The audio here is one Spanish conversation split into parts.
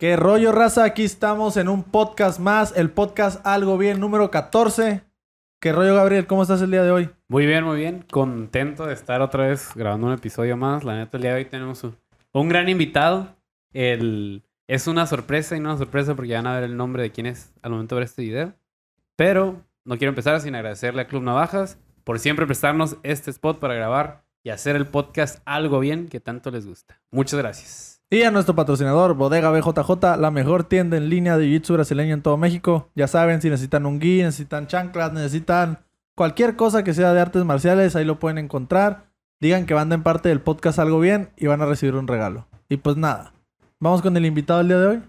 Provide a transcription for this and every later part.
¿Qué rollo, raza? Aquí estamos en un podcast más, el podcast Algo Bien número 14. ¿Qué rollo, Gabriel? ¿Cómo estás el día de hoy? Muy bien, muy bien. Contento de estar otra vez grabando un episodio más. La neta, el día de hoy tenemos un, un gran invitado. El, es una sorpresa y no una sorpresa porque ya van a ver el nombre de quién es al momento de ver este video. Pero no quiero empezar sin agradecerle a Club Navajas por siempre prestarnos este spot para grabar y hacer el podcast algo bien que tanto les gusta. Muchas gracias. Y a nuestro patrocinador, Bodega BJJ, la mejor tienda en línea de jiu-jitsu brasileño en todo México. Ya saben, si necesitan un gi, necesitan chanclas, necesitan cualquier cosa que sea de artes marciales, ahí lo pueden encontrar. Digan que manden parte del podcast algo bien y van a recibir un regalo. Y pues nada, vamos con el invitado del día de hoy.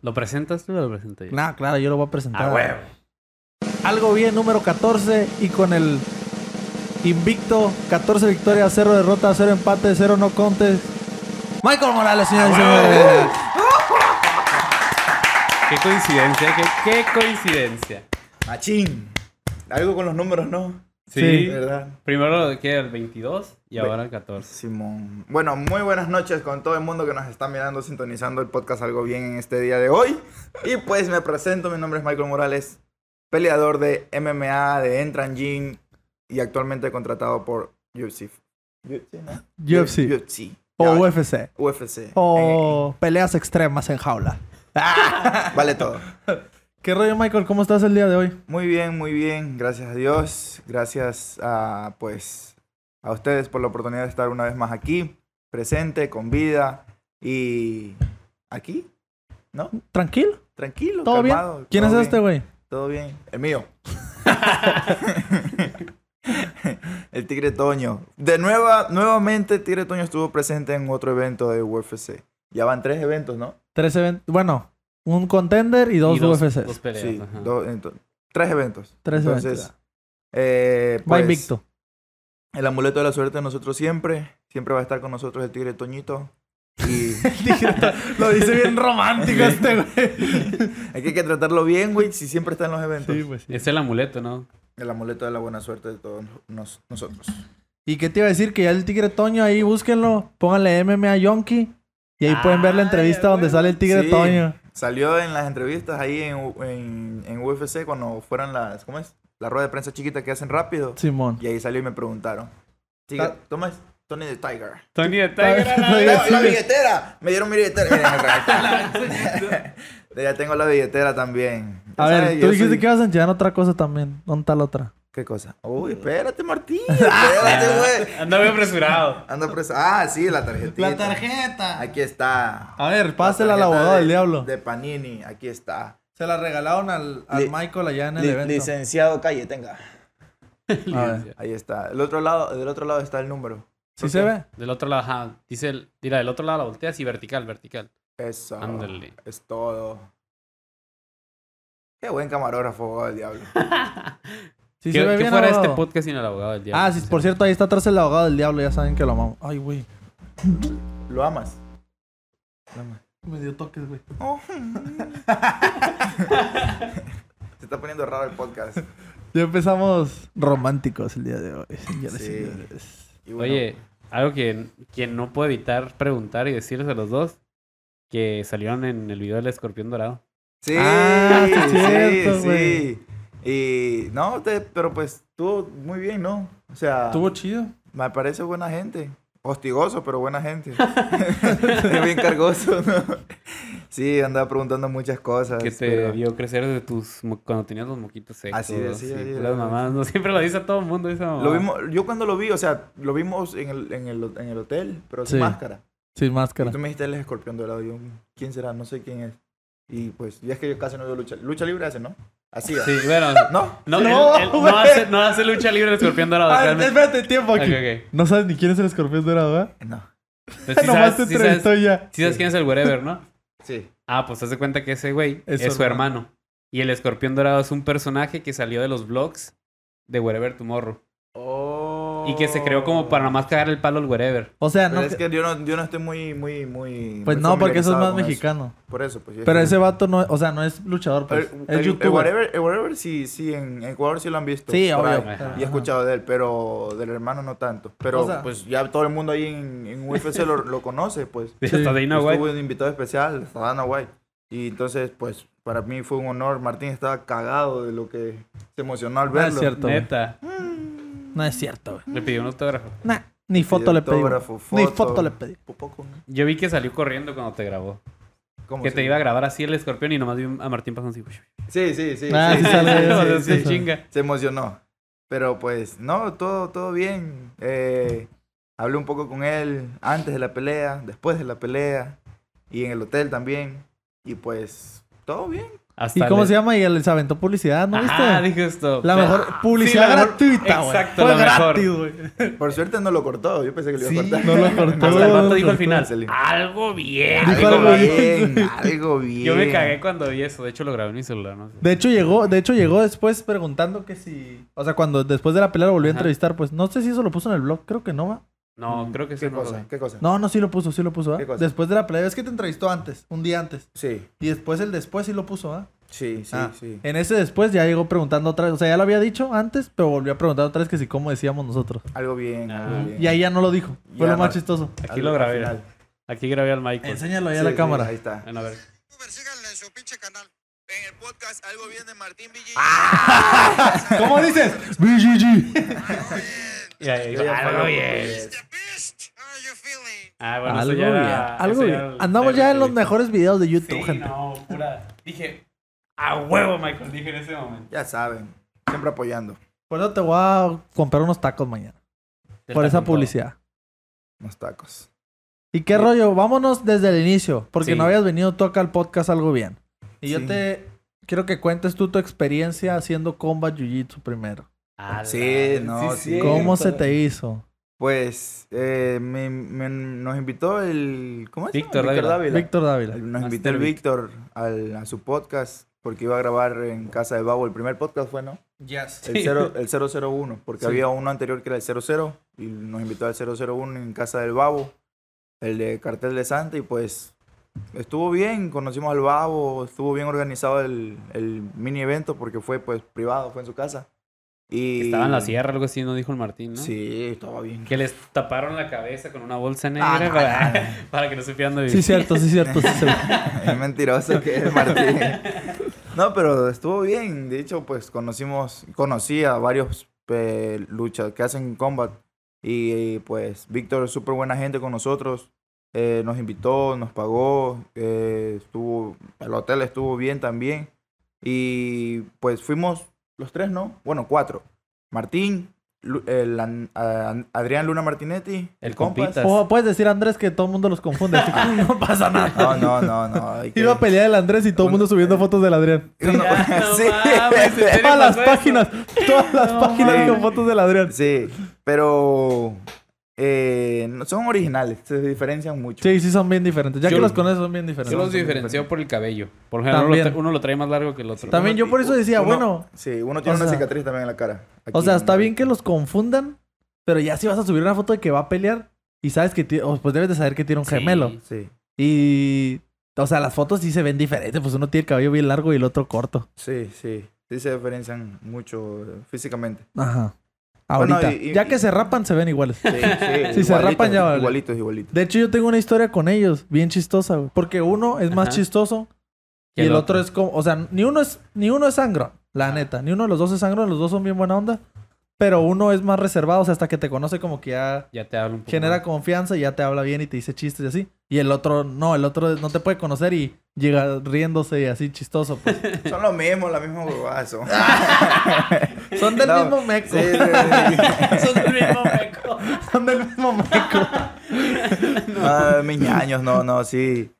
¿Lo presentas tú o lo presento yo? Nah, claro, yo lo voy a presentar. ¡A huevo! Algo bien, número 14, y con el invicto, 14 victorias, 0 derrotas, 0 empates, 0 no contes. Michael Morales, señores y señores. ¡Qué coincidencia! ¡Qué, qué coincidencia! Machín. Algo con los números, ¿no? Sí. Sí. ¿Verdad? Primero que el 22 y ahora el 14. Simón. Bueno, muy buenas noches con todo el mundo que nos está mirando, sintonizando el podcast Algo Bien en este día de hoy. Y pues me presento, mi nombre es Michael Morales, peleador de MMA, de Entran Gym y actualmente contratado por UFC. UFC. ¿no? UFC UFC. o Ya, UFC UFC. o peleas extremas en jaula. Eh, Vale todo. ¿Qué rollo, Michael? ¿Cómo estás el día de hoy? Muy bien, muy bien. Gracias a Dios. Gracias a, pues, a ustedes por la oportunidad de estar una vez más aquí, presente, con vida y aquí, ¿no? ¿Tranquilo? Tranquilo, ¿Todo bien? calmado, ¿Quién todo es este, bien, güey? Todo bien. El mío. El Tigre Toño. De nueva, nuevamente, Tigre Toño estuvo presente en otro evento de UFC. Ya van tres eventos, ¿no? Tres eventos. Bueno, un contender y dos, Y dos, UFCs. dos peleas. sí, ajá. dos- ento- tres eventos. Tres Entonces, eventos. eh, Va pues, invicto. El amuleto de la suerte de nosotros siempre. Siempre va a estar con nosotros el tigre Toñito. Y Lo dice bien romántico este, güey. hay que, hay que tratarlo bien, güey, si siempre está en los eventos. pues Es el amuleto, ¿no? El amuleto de la buena suerte de todos nos- nosotros. ¿Y qué te iba a decir? Que ya el Tigre Toño ahí, búsquenlo. Pónganle MMA Yonki. Y ahí pueden ver la Ah, entrevista ya, donde güey. sale el Tigre Sí. Toño. Salió en las entrevistas ahí en, U- en, en UFC cuando fueron las... ¿Cómo es? La rueda de prensa chiquita que hacen rápido. Simón. Y ahí salió y me preguntaron. Tigre, Ta- ¿Toma es Tony the Tiger. Tony de Tiger. a la Oye, vez. ¡La, la sí. billetera! Me dieron mi billetera. Miren, acá. ya tengo la billetera también. Ya A ver, sabes, tú yo dijiste soy- que ibas a enseñar otra cosa también. ¿Dónde está la otra? ¿Qué cosa? Mm. Uy, espérate, Martín. Espérate, güey. Anda muy apresurado. Anda presa. Ah, sí, la tarjetita. tarjeta. Aquí está. A ver, pásela al tarjeta abogado de- del diablo. De Panini, aquí está. Se la regalaron al, al Li- Michael allá en Li- licenciado Calle, tenga. Licencia. Ahí está. El otro lado, del otro lado está el número. ¿Sí se ve? Del otro lado, ajá. Dice, el- mira, del otro lado la volteas y vertical, vertical. Eso. Ándale. Es todo. Qué buen camarógrafo, abogado del diablo. ¿Sí ¿Qué, se ve qué bien, fuera abogado? este podcast sin el abogado del diablo? Ah, sí, por cierto, ahí está atrás el abogado del diablo. Ya saben que lo amamos. Ay, güey. Lo amas. Lo amas. Me dio toques, güey. Se está poniendo raro el podcast. Ya empezamos románticos el día de hoy, señores y Sí. señores. Y bueno, Oye, algo que, que no puedo evitar preguntar y decirles a los dos que salieron en el video del escorpión dorado. Sí, Ah, sí, sí, cierto, güey. sí. Y no, te- pero pues estuvo muy bien, ¿no? O sea, Estuvo chido. me parece buena gente. Hostigoso, pero buena gente. bien cargoso, ¿no? Sí, andaba preguntando muchas cosas. Que te pero- vio crecer desde tus... mo- Cuando tenías los moquitos secos. Así es, sí, así es. Las mamás. No, siempre lo dice a todo el mundo esa mamá. Lo vimos, yo cuando lo vi, o sea, lo vimos en el, en el, en el hotel, pero sin Sí. máscara. Sin Y máscara. tú me dijiste, él es escorpión dorado. Yo, ¿quién será? No sé quién es. Y pues, ya es que yo casi no veo lucha. Lucha libre hace, ¿no? Así es. Sí, bueno... ¿No? No, No, él- él no güey. hace, no hace lucha libre el escorpión dorado. Ah, realmente. espérate, tiempo aquí. Ok, No sabes ni quién es el escorpión dorado, ¿verdad? No. ok. Pues sí Nomás sabes- te sí sabes- entrevistó ya. sí sabes quién es el wherever, ¿no? Sí. Ah, pues haz de cuenta que ese güey Es es, su su hermano. Y el escorpión dorado es un personaje que salió de los vlogs de Wherever Tomorrow. y que se creó como Oh. para nomás cagar el palo al wherever. O sea, Pero no. es que yo no, yo no estoy muy, muy, muy. pues muy no, porque eso es familiarizado más con mexicano. Por eso, pues. yo Pero estoy- ese vato no, o sea, no es luchador, El, pues. el, es el youtuber. whatever, el whatever sí, sí, en Ecuador sí lo han visto. Sí, por ahí. obvio. Ajá. Y he escuchado de él, pero del hermano no tanto. Pero O sea- pues ya todo el mundo ahí en, en UFC lo, lo conoce, pues. Sí. Hasta Dana White. Estuvo un invitado especial, hasta Dana White. Y entonces, pues, para mí fue un honor. Martín estaba cagado de lo que se emocionó al No verlo. Ah, es cierto, güey. Neta. No es cierto, güey. Le pidió un autógrafo. Nah, ni foto le pedí. güey. autógrafo, Ni foto. foto le pedí. Po- poco, ¿no? Yo vi que salió corriendo cuando te grabó. ¿Cómo Que se te iba llama? a grabar así el escorpión y nomás vi a Martín pasando así. Sí, sí, sí. Ah, sí, sí sale, sí, sí, No, sí, sí, se sí. chinga. se emocionó. Pero pues, no, todo, todo bien. Eh, hablé un poco con él antes de la pelea, después de la pelea y en el hotel también. Y pues, todo bien. ¿Y cómo se llama? Y él se aventó publicidad, ¿no viste? Ah, dijo esto. la mejor publicidad la mejor- gratuita, güey. Exacto, Fue la mejor. gratis, güey. Por suerte no lo cortó, yo pensé que lo iba a cortar. no lo cortó. Hasta el vato No, dijo al no, final. no, no. Algo bien. Dijo algo algo bien, algo bien. Yo me cagué cuando vi eso. De hecho, lo grabé en mi celular. No sé. De hecho llegó, de hecho llegó después preguntando que si, o sea, cuando después de la pelea lo volvió a Ajá. entrevistar, pues no sé si eso lo puso en el blog, creo que no va. No, creo que sí. ¿Qué No, lo cosa? grabé. ¿Qué cosa? No, no sí lo puso, sí lo puso, ¿ah? ¿Qué cosa? Después de la pelea, es que te entrevistó antes, un día antes, Sí, y después el después sí lo puso, ¿ah? sí, sí, Ah, sí. En ese después ya llegó preguntando otra vez, o sea, ya lo había dicho antes, pero volvió a preguntar otra vez que si cómo decíamos nosotros. Algo bien, Ah. algo bien. Y ahí ya no lo dijo, fue Ya lo más no. chistoso. Aquí lo grabé. Aquí grabé al Michael. Enséñalo ahí a Sí, la sí, cámara. Ahí está. Bueno, a ver. Persíganla en su pinche canal. En el podcast Algo Bien de Martín Villín. ¿Cómo dices? BGG. Y ahí, Yo ya algo falo, bien. pues. The best. How you feeling? Ah, bueno, Algo eso ya bien, era- algo eso ya bien. era el- Andamos ya en los mejores videos de YouTube, Sí, gente. no, pura. Dije, a huevo, Michael. Dije en ese momento. Ya saben, siempre apoyando. Por eso te voy a comprar unos tacos mañana, por Está esa con todo. publicidad. Los tacos. ¿Y qué rollo? Vámonos desde el inicio, porque Sí. no habías venido tú acá al podcast algo bien. Y yo Sí. te quiero que cuentes tú tu experiencia haciendo combat jiu-jitsu primero. Ah, Sí, la- no, sí. ¿Cómo se te hizo? Pues eh, me- me- nos invitó el... ¿Cómo es? Víctor Dávila. Víctor Dávila. Nos invitó Master el Víctor al- a su podcast porque iba a grabar en casa de Babo. El primer podcast fue, ¿no? El, Sí. cero- el 001, porque Sí. había uno anterior que era el 00 y nos invitó al 001 en casa del Babo, el de Cartel de Santa y pues estuvo bien, conocimos al Babo, estuvo bien organizado el, el mini evento porque fue pues privado, fue en su casa. Y Estaba en la sierra, algo así, no dijo el Martín, ¿no? Sí, estaba bien. Que les taparon la cabeza con una bolsa negra Ah, no, para, no, no. para que no supieran dónde Sí, vivir. cierto, sí, cierto. Sí, cierto. Es mentiroso que es Martín. No, pero estuvo bien. De hecho, pues conocimos, conocí a varios eh, luchas que hacen combat. Y pues Víctor es súper buena gente con nosotros. Eh, nos invitó, nos pagó. eh, estuvo, el hotel estuvo bien también. Y pues fuimos los tres, ¿no? Bueno, cuatro. Martín, Lu- el An- a- Adrián Luna Martinetti, El compas. compita. O puedes decir, Andrés, que todo el mundo los confunde. así que no pasa nada. No, no, no, no. hay que- Iba a pelear el Andrés y todo el mundo subiendo fotos del Adrián. Uno- Ya, no Sí. mames, ¿en serio Todas las pasó eso? páginas, todas las No, páginas mames. con fotos del Adrián. Sí, pero eh, no- son originales, se diferencian mucho. Sí, sí, son bien diferentes. Ya Yo- que los conoces, son bien Yo diferentes. los diferenció por el cabello. Por lo general, uno lo, También. tra- uno lo trae más largo que el otro. También yo por eso decía, Uno- bueno, Sí, uno tiene O una sea- cicatriz también en la cara. O aquí sea, en- está bien que los confundan, pero ya si vas a subir una foto de que va a pelear y sabes que, ti- o, pues debes de saber que tiene un Sí. gemelo. Sí, Y, o sea, las fotos sí se ven diferentes, pues uno tiene el cabello bien largo y el otro corto. sí, sí. Sí se diferencian mucho eh, físicamente. Ajá. Bueno, Ahorita, y- y- ya que y- se rapan, se ven iguales. Sí, sí. Si se rapan, ya vale. Igualitos, igualitos. De hecho, yo tengo una historia con ellos, bien chistosa, güey. Porque uno es más Ajá. chistoso y el otro es como, o sea, ni uno es, ni uno es sangrón, la neta. Ni uno de los dos es sangrón, los dos son bien buena onda. Pero uno es más reservado, o sea, hasta que te conoce como que ya Ya te hablo un poco. Pues genera más. confianza y ya te habla bien y te dice chistes y así. Y el otro no, el otro no te puede conocer y llega riéndose y así chistoso. pues. Son lo mismo, la misma huevada son. Son del No, mismo meco. Sí, sí, sí, sí. Son del mismo meco. Son del mismo meco. Ah, mis ñaños, no, no, sí.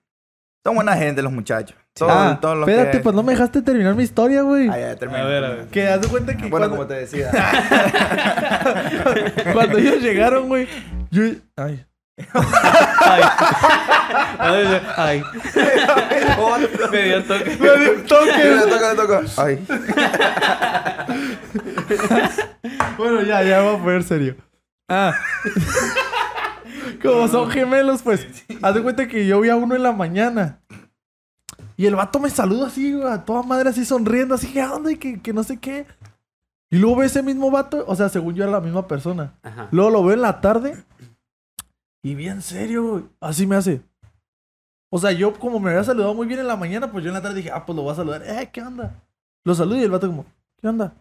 Son buena gente los muchachos. Todos, ah, todos los espérate, que... pues no me dejaste terminar mi historia, güey. Ah, ya, termina, A ver, a termina. Que haz de cuenta que Ah, Bueno, como cuando, te decía. cuando ellos llegaron, güey, yo... Ay. Ay, Ah, me dio toque. Me dio un toque. Le toca, le toca. Ay. bueno, ya, ya va a poner serio. Ah. Como son gemelos, pues. Haz de cuenta que yo vi a uno en la mañana. Y el vato me saluda así, güey, a toda madre, así sonriendo, así que "¿A dónde? Que, que no sé qué. Y luego ve ese mismo vato, o sea, según yo era la misma persona. Ajá. Luego lo veo en la tarde. Y bien serio, güey. Así me hace. O sea, yo como me había saludado muy bien en la mañana, pues yo en la tarde dije, ah, pues lo voy a saludar. Eh, ¿qué onda? Lo saludo y el vato como, ¿qué onda?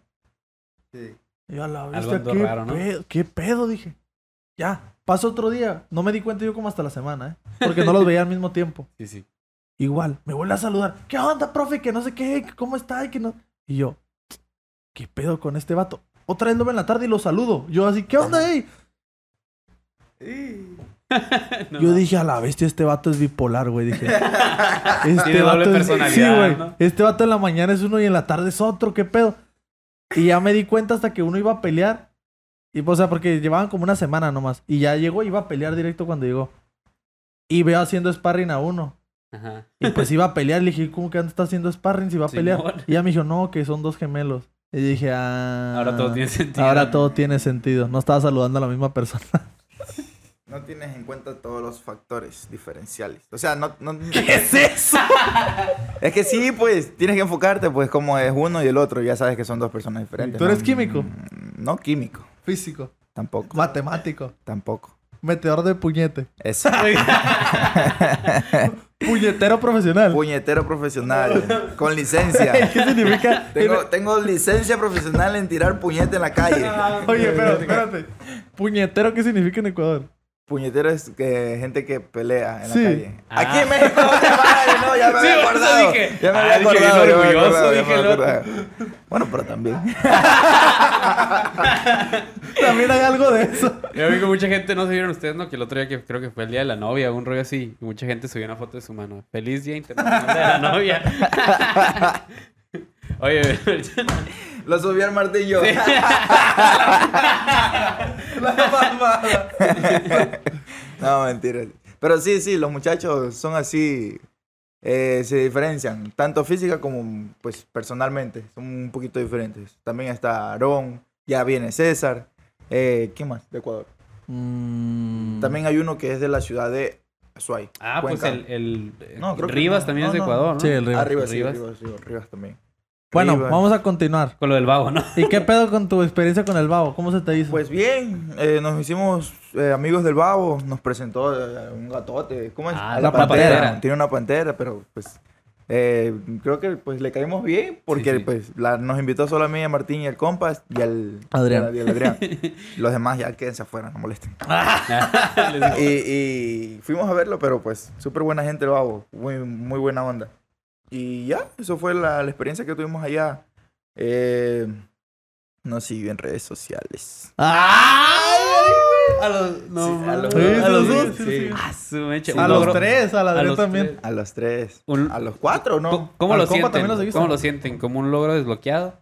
Sí. Y yo, a la Algo bestia, andó ¿qué, raro, ¿no? pedo, ¿qué pedo? Dije. Ya, pasó otro día. No me di cuenta yo como hasta la semana, ¿eh? Porque no los veía al mismo tiempo. Sí, sí. Igual, me vuelve a saludar. ¿Qué onda, profe? Que no sé qué, que cómo está y que no. Y yo, ¿qué pedo con este vato? Otra vez lo veo en la tarde y lo saludo. Yo así, ¿qué onda, ey? No, yo no. dije, a la bestia, este vato es bipolar, güey. Dije, este Tiene doble es- personalidad, sí, güey. ¿no? Este vato en la mañana es uno y en la tarde es otro, ¿qué pedo? Y ya me di cuenta hasta que uno iba a pelear. Y, o sea, porque llevaban como una semana nomás. Y ya llegó, iba a pelear directo cuando llegó. Y veo haciendo sparring a uno. Ajá. Y pues iba a pelear. Le dije, ¿cómo que andas haciendo sparring si va a pelear? Simón. Y ella me dijo, no, que son dos gemelos. Y dije, ah. Ahora todo tiene sentido. Ahora todo tiene sentido. No estaba saludando a la misma persona. No tienes en cuenta todos los factores diferenciales. O sea, no... no es eso? Es que sí, pues, tienes que enfocarte, pues, como es uno y el otro. Ya sabes que son dos personas diferentes. ¿Tú ¿no? eres químico? Mm, No químico, Físico. tampoco. Matemático. Tampoco. Meteor de puñete. Es Puñetero profesional. puñetero profesional, con licencia. ¿Qué significa? Tengo, tengo licencia profesional en tirar puñete en la calle. Oye, pero espérate. ¿Puñetero qué significa en Ecuador? Puñetero es que, gente que pelea en Sí. la calle. Ah. Aquí en México, madre, no, ya me Sí, había por eso acordado. dije. Ya me Ah, había dije, bien acordado. ya me había orgulloso, acordado, ya me dije, había acordado. Bueno, pero también. También hay algo de eso. Yo vi que mucha gente, no se vieron ustedes, ¿no? Que el otro día que creo que fue el día de la novia, un rollo así. Y mucha gente subió una foto de su mano. Feliz día internacional de la novia. Oye, Lo subí al martillo. No, mentira. Pero sí, sí, los muchachos son así. eh, se diferencian, tanto física como pues personalmente. Son un poquito diferentes. También está Aarón, ya viene César. Eh, ¿Quién más? De Ecuador. Mm. También hay uno que es de la ciudad de Azuay. ah, pues Cuenca. el, el eh, No, creo que Rivas no. también No, es de no. Ecuador, ¿no? Sí, el Rivas. Arriba, sí, Rivas. Rivas, Rivas, Rivas también. Bueno, Rivas. vamos a continuar. Con lo del vago, ¿no? ¿Y qué pedo con tu experiencia con el babo? ¿Cómo se te hizo? Pues bien, eh, nos hicimos eh, amigos del babo, nos presentó eh, un gatote, ¿cómo es? Ah, A la pantera. Tiene una pantera, pero pues eh, creo que pues le caímos bien porque Sí, sí. pues la- nos invitó solo a mí, a Martín y al compas y al Adrián. y al Adrián. Los demás ya quédense afuera, no molesten. Les digo, Y, y fuimos a verlo, pero pues súper buena gente el babo, muy, muy buena onda. Y ya, eso fue la, la experiencia que tuvimos allá. Eh, nos siguió en redes sociales. a los... No, Sí, a los- mames. Sí, a los sí, dos. sí, Sí. sí. Ah, su mecha. a Un los logro. tres, a la A Adrián los también. tres. A los tres. Un- A los cuatro, ¿no? ¿Cómo, cómo Al lo compa sienten? también lo seguiste. ¿Cómo lo sienten? ¿Como un logro desbloqueado?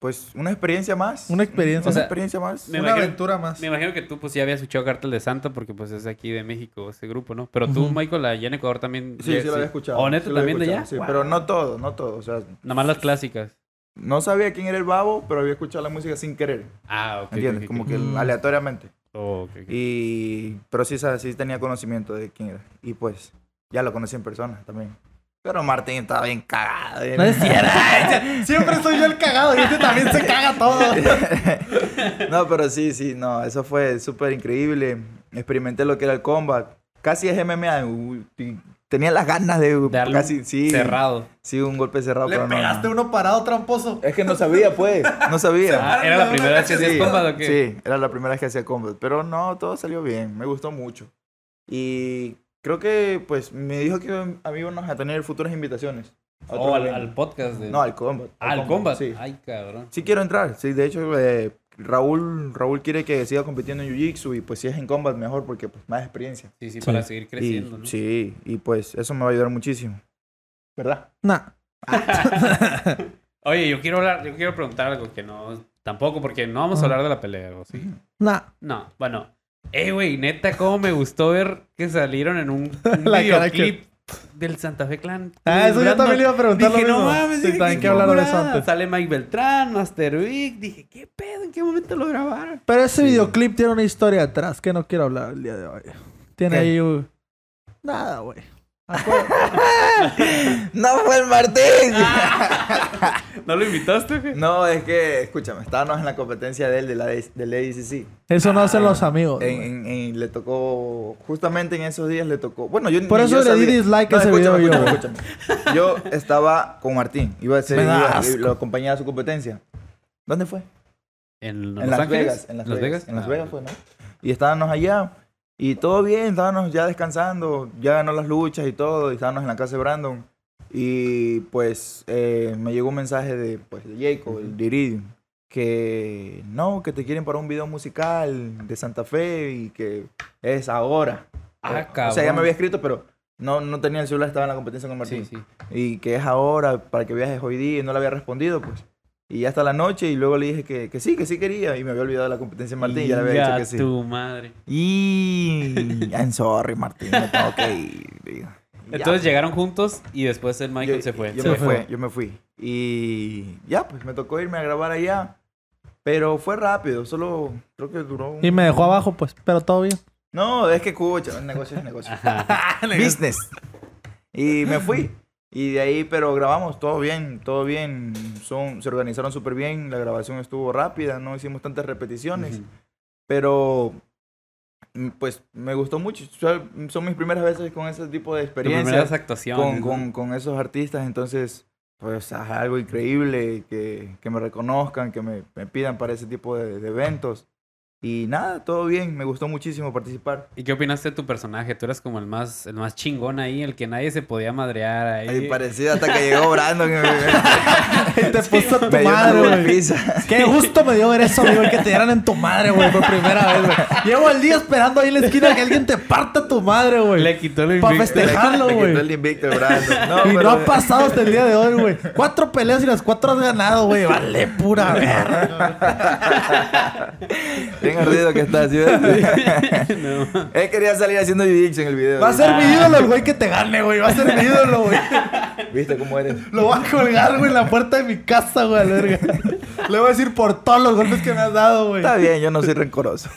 Pues una experiencia más. Una experiencia. Una O sea, experiencia más. me- Una imagino- aventura más. Me imagino que tú pues ya habías escuchado Cartel de Santa porque pues es aquí de México ese grupo, ¿no? Pero tú, Ujú. Michael, allá en Ecuador también... Sí, sí, lo había escuchado. ¿O neto sí lo había también de escuchado, allá? Sí, Wow. pero no todo, no todo. O sea, Nada más las clásicas. no sabía quién era el babo, pero había escuchado la música sin querer. Ah, ok. ok, ¿Entiendes? ok. Como que Mm. aleatoriamente. Oh, ok, ok. Y... Pero sí, sabes, sí tenía conocimiento de quién era. Y pues, ya lo conocí en persona también. Pero Martín estaba bien cagado. bien- No es cierto. Siempre soy yo el cagado y este también se caga todo. No, pero sí, sí, no, eso fue súper increíble. Experimenté lo que era el combat. Casi es MMA. u- y Tenía las ganas de u- Darle casi, un sí, cerrado. sí, un golpe cerrado, Le pero no, pegaste no. uno parado tramposo. Es que no sabía, pues, no sabía. Ah, ¿Era la primera vez que hacías Sí, combat o qué? sí, era la primera vez que hacía combat, pero no, todo salió bien, me gustó mucho. Y creo que, pues, me dijo que a mí íbamos a tener futuras invitaciones. a otro O Oh, al, evento. al podcast de... No, al combat. Ah, al combat. Sí. Ay, cabrón. Sí quiero entrar, sí, de hecho eh, Raúl, Raúl quiere que siga compitiendo en Jiu-Jitsu y pues si es en combat mejor porque pues más experiencia. Sí, sí, Sí. para seguir creciendo, y, ¿no? Sí, y pues eso me va a ayudar muchísimo. ¿Verdad? Nah. Oye, yo quiero hablar, yo quiero preguntar algo que no... Tampoco, porque no vamos a hablar de la pelea, ¿o sí? Nah. No, Eh, bueno. Ey, güey, neta, cómo me gustó ver que salieron en un, un La cara que- videoclip del Santa Fe Clan. Ah, eso yo celebrando. también le iba a preguntar Dije, lo mismo. no mames, sí, dije, también qué que hablar de eso chulada. antes. Sale Mike Beltrán, Master Vic. Dije, ¿qué pedo? ¿En qué momento lo grabaron? Pero ese videoclip tiene una historia atrás que no quiero hablar el día de hoy. Tiene ¿Qué? ahí... uh, Nada, güey. ¡No fue el Martín! ¿No lo invitaste, güey? No, es que, escúchame, estábamos en la competencia de él, de la, del ADCC. Eso no hacen los amigos. En, güey. en- en- le tocó, justamente en esos días le tocó. Bueno, yo Por ni eso yo le di sabía. dislike a ese escúchame, video yo, escúchame, escúchame. Yo estaba con Martín, iba a ser, Me da iba- asco. lo acompañaba a su competencia. ¿Dónde fue? En, en Los Las Ángeles? Vegas, en Las, Vegas, En Las Ah, Vegas fue, ¿no? Y estábamos allá y todo bien, estábamos ya descansando, ya ganó las luchas y todo, y estábamos en la casa de Brandon. Y pues eh, me llegó un mensaje de, pues, de Jacob, el de Iridium, que no, que te quieren para un video musical de Santa Fe y que es ahora. Ah, o sea, ya cabrón. me había escrito, pero no, no tenía el celular, estaba en la competencia con Martín Sí, sí. y que es ahora para que viajes hoy día y no le había respondido pues y ya hasta la noche y luego le dije que, que sí que sí quería y me había olvidado de la competencia de Martín y ya le había dicho Chinga que sí tu madre. y I'm sorry Martín me tengo que ir digo. Y ya, Entonces pues, llegaron juntos y después el Michael yo- se fue. yo Se me fue. fui yo me fui y ya pues me tocó irme a grabar allá pero fue rápido solo creo que duró un... Y me dejó abajo, pues. Pero todo bien. No, es que escucha, el negocio es negocio. Business. Y me fui. Y de ahí, pero grabamos todo bien, todo bien. Son, se organizaron súper bien, la grabación estuvo rápida, no hicimos tantas repeticiones. Ujú. Pero, mm, pues, me gustó mucho. O sea, Son mis primeras veces con ese tipo de Tu primera experiencias, actuación. con, con, con esos artistas. Entonces, pues, es algo increíble que, que me reconozcan, que me, me pidan para ese tipo de- de eventos. Y nada, todo bien, me gustó muchísimo participar. ¿Y qué opinaste de tu personaje? Tú eras como el más, el más chingón ahí, el que nadie se podía madrear ahí. Ay, parecía hasta que llegó Brandon. que me, Y te puso tu me dio una madre, güey. golpiza. Qué gusto me dio ver eso, amigo. el Que te dieran en tu madre, güey. Por primera vez, güey. Llevo el día esperando ahí en la esquina que alguien te parta tu madre, Le güey. quitó el Pa' invicto. festejar. Dejarlo, este Le quitó güey. el invicto de Brandon. No, y pero- no ha pasado hasta el día de hoy, güey. Cuatro peleas y las cuatro has ganado, güey. Vale, pura verga. Bien ardido que estás, ¿sí ves? Él quería salir haciendo jiu-jitsu en el video. Va a ¿viste? ser mi ídolo el güey que te gane, güey. Va a ser mi ídolo, güey. ¿Viste cómo eres? Lo voy a colgar, güey, en la puerta de mi casa, güey, a la verga. Le voy a decir por todos los golpes que me has dado, güey. Está bien, yo no soy rencoroso.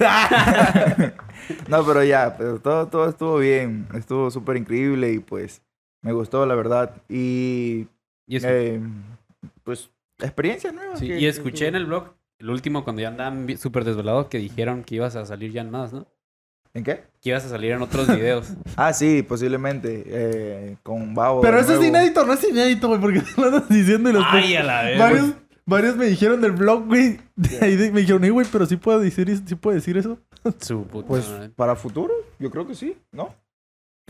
no, pero ya, pero todo, todo estuvo bien. Estuvo súper increíble y pues me gustó, la verdad. Y Y, escu- eh, pues experiencias nuevas. sí, que- y que- escuché en el blog, el último, cuando ya andaban bi- súper desvelados, que dijeron que ibas a salir ya en más, ¿no? ¿En qué? Que ibas a salir en otros videos. Ah, sí, posiblemente. eh, con Babo. Pero de eso es nuevo. inédito, no es inédito, güey, porque lo andas diciendo y los Ay, a la vez. varios, varios me dijeron del blog, güey. De ahí de- me dijeron, "Ey, güey, pero sí puedo decir, sí puedo decir eso. Su puta Pues madre. para futuro, yo creo que sí, ¿no?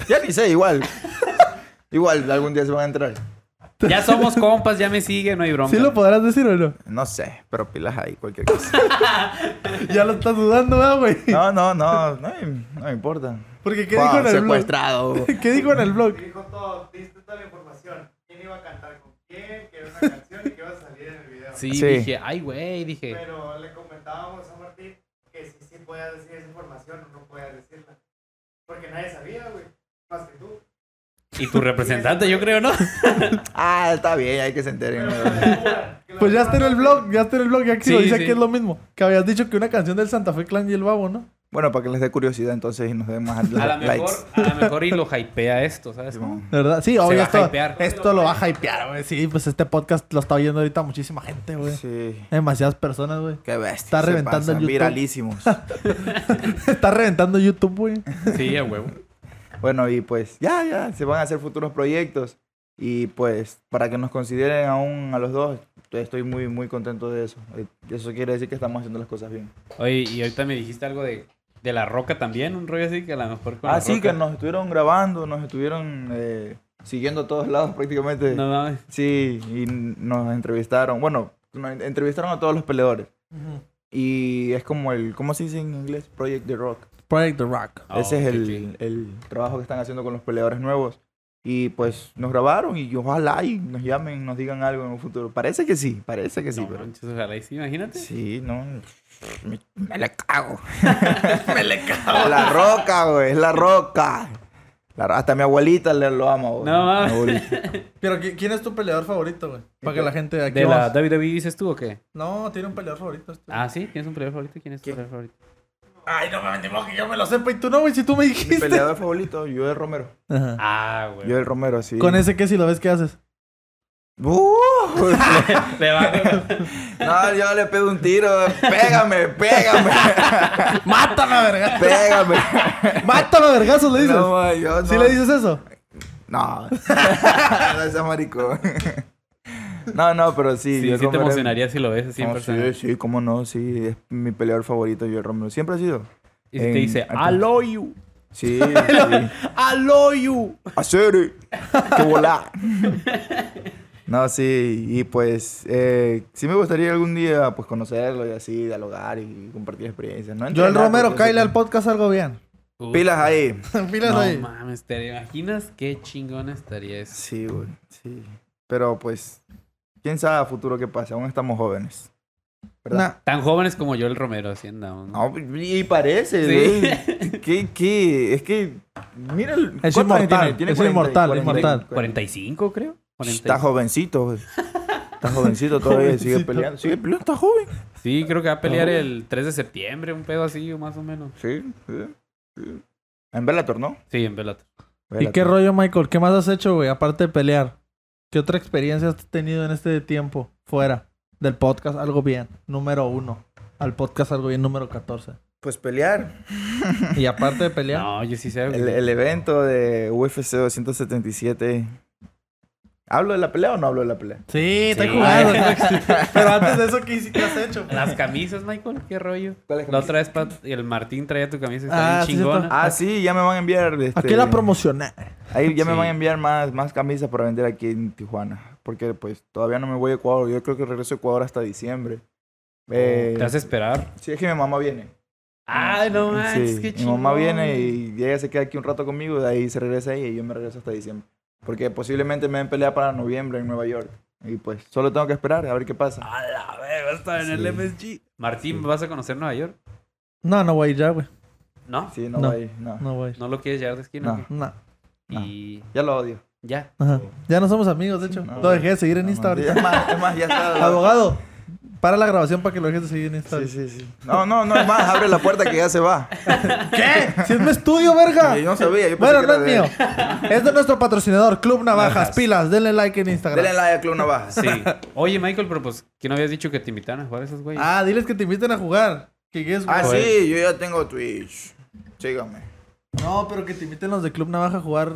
Ya ni sé, igual. igual algún día se van a entrar. Ya somos compas, ya me sigue, no hay bronca. ¿Sí lo podrás decir o no? No sé, pero pilas ahí, cualquier cosa. Ya lo estás dudando, ¿verdad, güey. No, no, no, no, me- no me importa. Porque ¿qué Wow, dijo en el blog? secuestrado. ¿Qué dijo en el blog? dijo todo, diste toda la información. ¿Quién iba a cantar con quién? Que era una canción y que iba a salir en el video. Sí, Sí. dije, ay, güey, dije. Pero le comentábamos a Martín que si sí podías decir esa información o no podías decirla. Porque nadie sabía, güey. Más que tú. Y tu representante, yo creo, ¿no? Ah, está bien, hay que se enteren. Pues ya está en el blog, ya está en el blog, ya que lo Sí, dice sí. que es lo mismo. Que habías dicho que una canción del Santa Fe Clan y el Babo, ¿no? Bueno, para que les dé curiosidad entonces y nos den más A lo li- mejor, likes. a lo mejor y lo hypea esto, ¿sabes? Simón. ¿Verdad? Sí, va obvio, a esto, hypear. esto lo va a hypear, güey. Sí, pues este podcast lo está oyendo ahorita muchísima gente, güey. Sí. Demasiadas personas, güey. Qué bestia. Está se reventando pasan, el YouTube. Viralísimos. Está reventando YouTube, güey. Sí, a huevo. Bueno, y pues ya, ya, se van a hacer futuros proyectos. Y pues, para que nos consideren aún a los dos, estoy muy, muy contento de eso. Eh, Eso quiere decir que estamos haciendo las cosas bien. Oye, y ahorita me dijiste algo de, de la roca también, un rollo así que a lo mejor con la Así Roca- Ah, que nos estuvieron grabando, nos estuvieron eh, siguiendo a todos lados prácticamente. No mames. Sí, y nos entrevistaron. Bueno, nos en- entrevistaron a todos los peleadores. Y es como el, ¿cómo se dice en inglés? Project The Rock. Project The Rock. Oh, Ese es qué el, chido. el trabajo que están haciendo con los peleadores nuevos. Y pues nos grabaron y ojalá y nos llamen, nos digan algo en un futuro. Parece que sí, parece que sí, No pero... manches, ojalá y sí, imagínate. Sí, no. Me, me le cago. me le cago. La roca, güey, es la roca. Claro, hasta mi abuelita le lo ama, güey. No, mames. Mi abuelita. Pero ¿qui- ¿quién es tu peleador favorito, güey? Para que la gente de aquí... ¿De la vamos- WWE dices tú o qué? No, tiene un peleador favorito. este. Ah, sí, ¿tienes un peleador favorito? ¿Quién es tu peleador favorito? Ay, no mames, ni modo que yo me lo sepa y tú no, güey, si tú me Mi dijiste. peleador favorito, Joel Romero. Ajá. Ah, güey. Joel Romero, sí. Con ese que si lo ves, ¿qué haces? ¡Uh! Le va- No, yo le pego un tiro. Pégame, pégame. ¡Mátame, a verga! pégame. ¡Mátame, a vergazos! Le dices. No, ma, yo ¿Sí no. le dices eso? No. no seas marico. no, no, pero sí. Sí, sí Joel te Romero es- emocionaría si lo ves así en No, persona. Ah, sí, sí, cómo no, sí. Es mi peleador favorito, Joel Romero. Siempre ha sido. Y si En- te dice, en- Aloyu, Sí, sí. Aloyu. Hacer. Que volá. No, sí, y pues eh, sí me gustaría algún día pues conocerlo y así, dialogar y compartir experiencias. ¿no? Yo el Entrenar, Romero, porque yo sé Kyle al que- podcast algo bien. Pilas ahí. Pilas No ahí. mames, ¿te imaginas qué chingón estaría eso? Sí, güey, sí. Pero pues, quién sabe a futuro qué pasa, aún estamos jóvenes. ¿Verdad? Nah. Tan jóvenes como yo el Romero, así andamos. ¿no? No, y parece, Sí. güey. ¿Qué, qué? Es que, mira el... Es ¿cuántos años inmortal, tiene? Tiene es 40, inmortal, 40, inmortal. 45, creo. 45. Está jovencito, güey. Está jovencito todavía, sigue Jovencito. peleando. Sigue peleando, está joven. Sí, creo que va a pelear el 3 de septiembre, un pedo así, o más o menos. Sí, sí, sí. En Bellator, ¿no? Sí, en pelota. ¿Y qué rollo, Michael? ¿Qué más has hecho, güey? Aparte de pelear. ¿Qué otra experiencia has tenido en este tiempo fuera del podcast Algo Bien número uno? Al podcast Algo Bien número 14. Pues pelear. Y aparte de pelear, No, yo sí sé. güey. El, el evento de UFC 277. ¿Hablo de la pelea o no hablo de la pelea? Sí, estoy Sí. Este, jugando. Pero antes de eso, ¿qué hiciste? ¿Qué has hecho? pues? Las camisas, Michael, qué rollo. ¿Cuál es La otra vez Pat, el Martín traía tu camisa, Ah, está sí, bien chingona. cierto. Ah, sí, ya me van a enviar. ¿A este, qué la promocioné? Ahí ya me Sí. van a enviar más, más camisas para vender aquí en Tijuana. Porque pues todavía no me voy a Ecuador. Yo creo que regreso a Ecuador hasta diciembre. Oh, Eh, ¿Te hace esperar? Sí, es que mi mamá viene. Ay, no manches, Sí, qué mi chingón. mamá viene y ella se queda aquí un rato conmigo. De ahí se regresa ahí y yo me regreso hasta diciembre. Porque posiblemente me den pelea para noviembre en Nueva York. Y pues solo tengo que esperar a ver qué pasa. A la vez, va a estar en el MSG. Martín, ¿vas a conocer Nueva York? No, no voy a ir ya, güey. ¿No? Sí, no, No. voy, no. No voy a ir. ¿No lo quieres llevar de esquina? No. No. No. Y Ya lo odio. ya. Ajá. Ya no somos amigos, de hecho. No, lo dejé de seguir en No, Insta man. ahorita. Es más, es más, ya está. Abogado, para la grabación para que lo dejes de seguir en Insta. Sí, sí, sí. No, no, no, es más, abre la puerta que ya se va. ¿Qué? Si es mi estudio, verga. Yo no sabía. Yo pensé Bueno, pues, que no era es de mío. él. Es de nuestro patrocinador, Club Navajas. Navajas. Pilas, denle like en Instagram. Denle like a Club Navajas. Sí. Oye, Michael, pero pues, ¿quién habías dicho que te invitaron a jugar a esos güeyes? Ah, diles que te inviten a jugar. Que llegues, güey. Ah, Joder. sí, yo ya tengo Twitch. Sígame. No, pero que te inviten los de Club Navaja a jugar.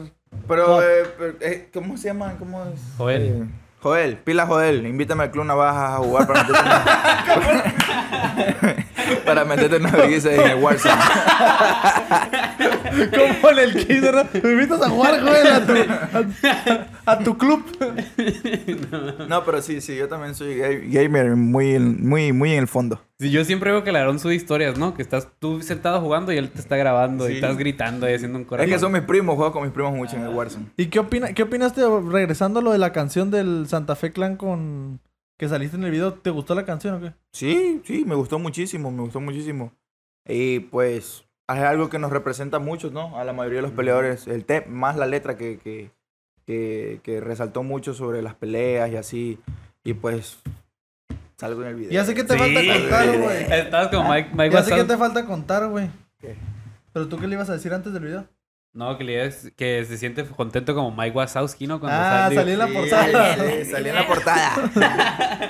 Pero, eh, pero, eh, ¿cómo se llama? ¿Cómo es? Joel. Eh, Joel, pila Joel, invítame al Club Navajas a jugar para meterte una... para meterte una vergüenza en el Warzone. Como en el Kinder. ¿no? Me invitas a jugar, güey, a tu, a- a tu club. No, pero sí, sí, yo también soy ga- gamer muy, en- muy, muy en el fondo. Sí, yo siempre veo que Larón sube historias, ¿no? Que estás tú sentado jugando y él te está grabando y Sí. estás gritando y haciendo un corazón. Es que son mis primos, juego con mis primos mucho en el Warzone. ¿Y qué, opina, qué opinaste regresando a lo de la canción del Santa Fe Clan con que saliste en el video? ¿Te gustó la canción o qué? Sí, sí, me gustó muchísimo, me gustó muchísimo. Y pues es algo que nos representa mucho, ¿no? A la mayoría de los peleadores, el te más la letra que, que, que, que resaltó mucho sobre las peleas y así. Y pues salgo en el video. Ya sé que te falta contar, güey. Estabas como Mike, Mike Ya sé Wazowski. que te falta contar, güey. ¿Qué? Pero tú qué le ibas a decir antes del video? No, que le digas que se siente contento como Mike Wazowski, ¿no? Cuando ah, sale- salí en la Sí, portada. sí, salí en la portada.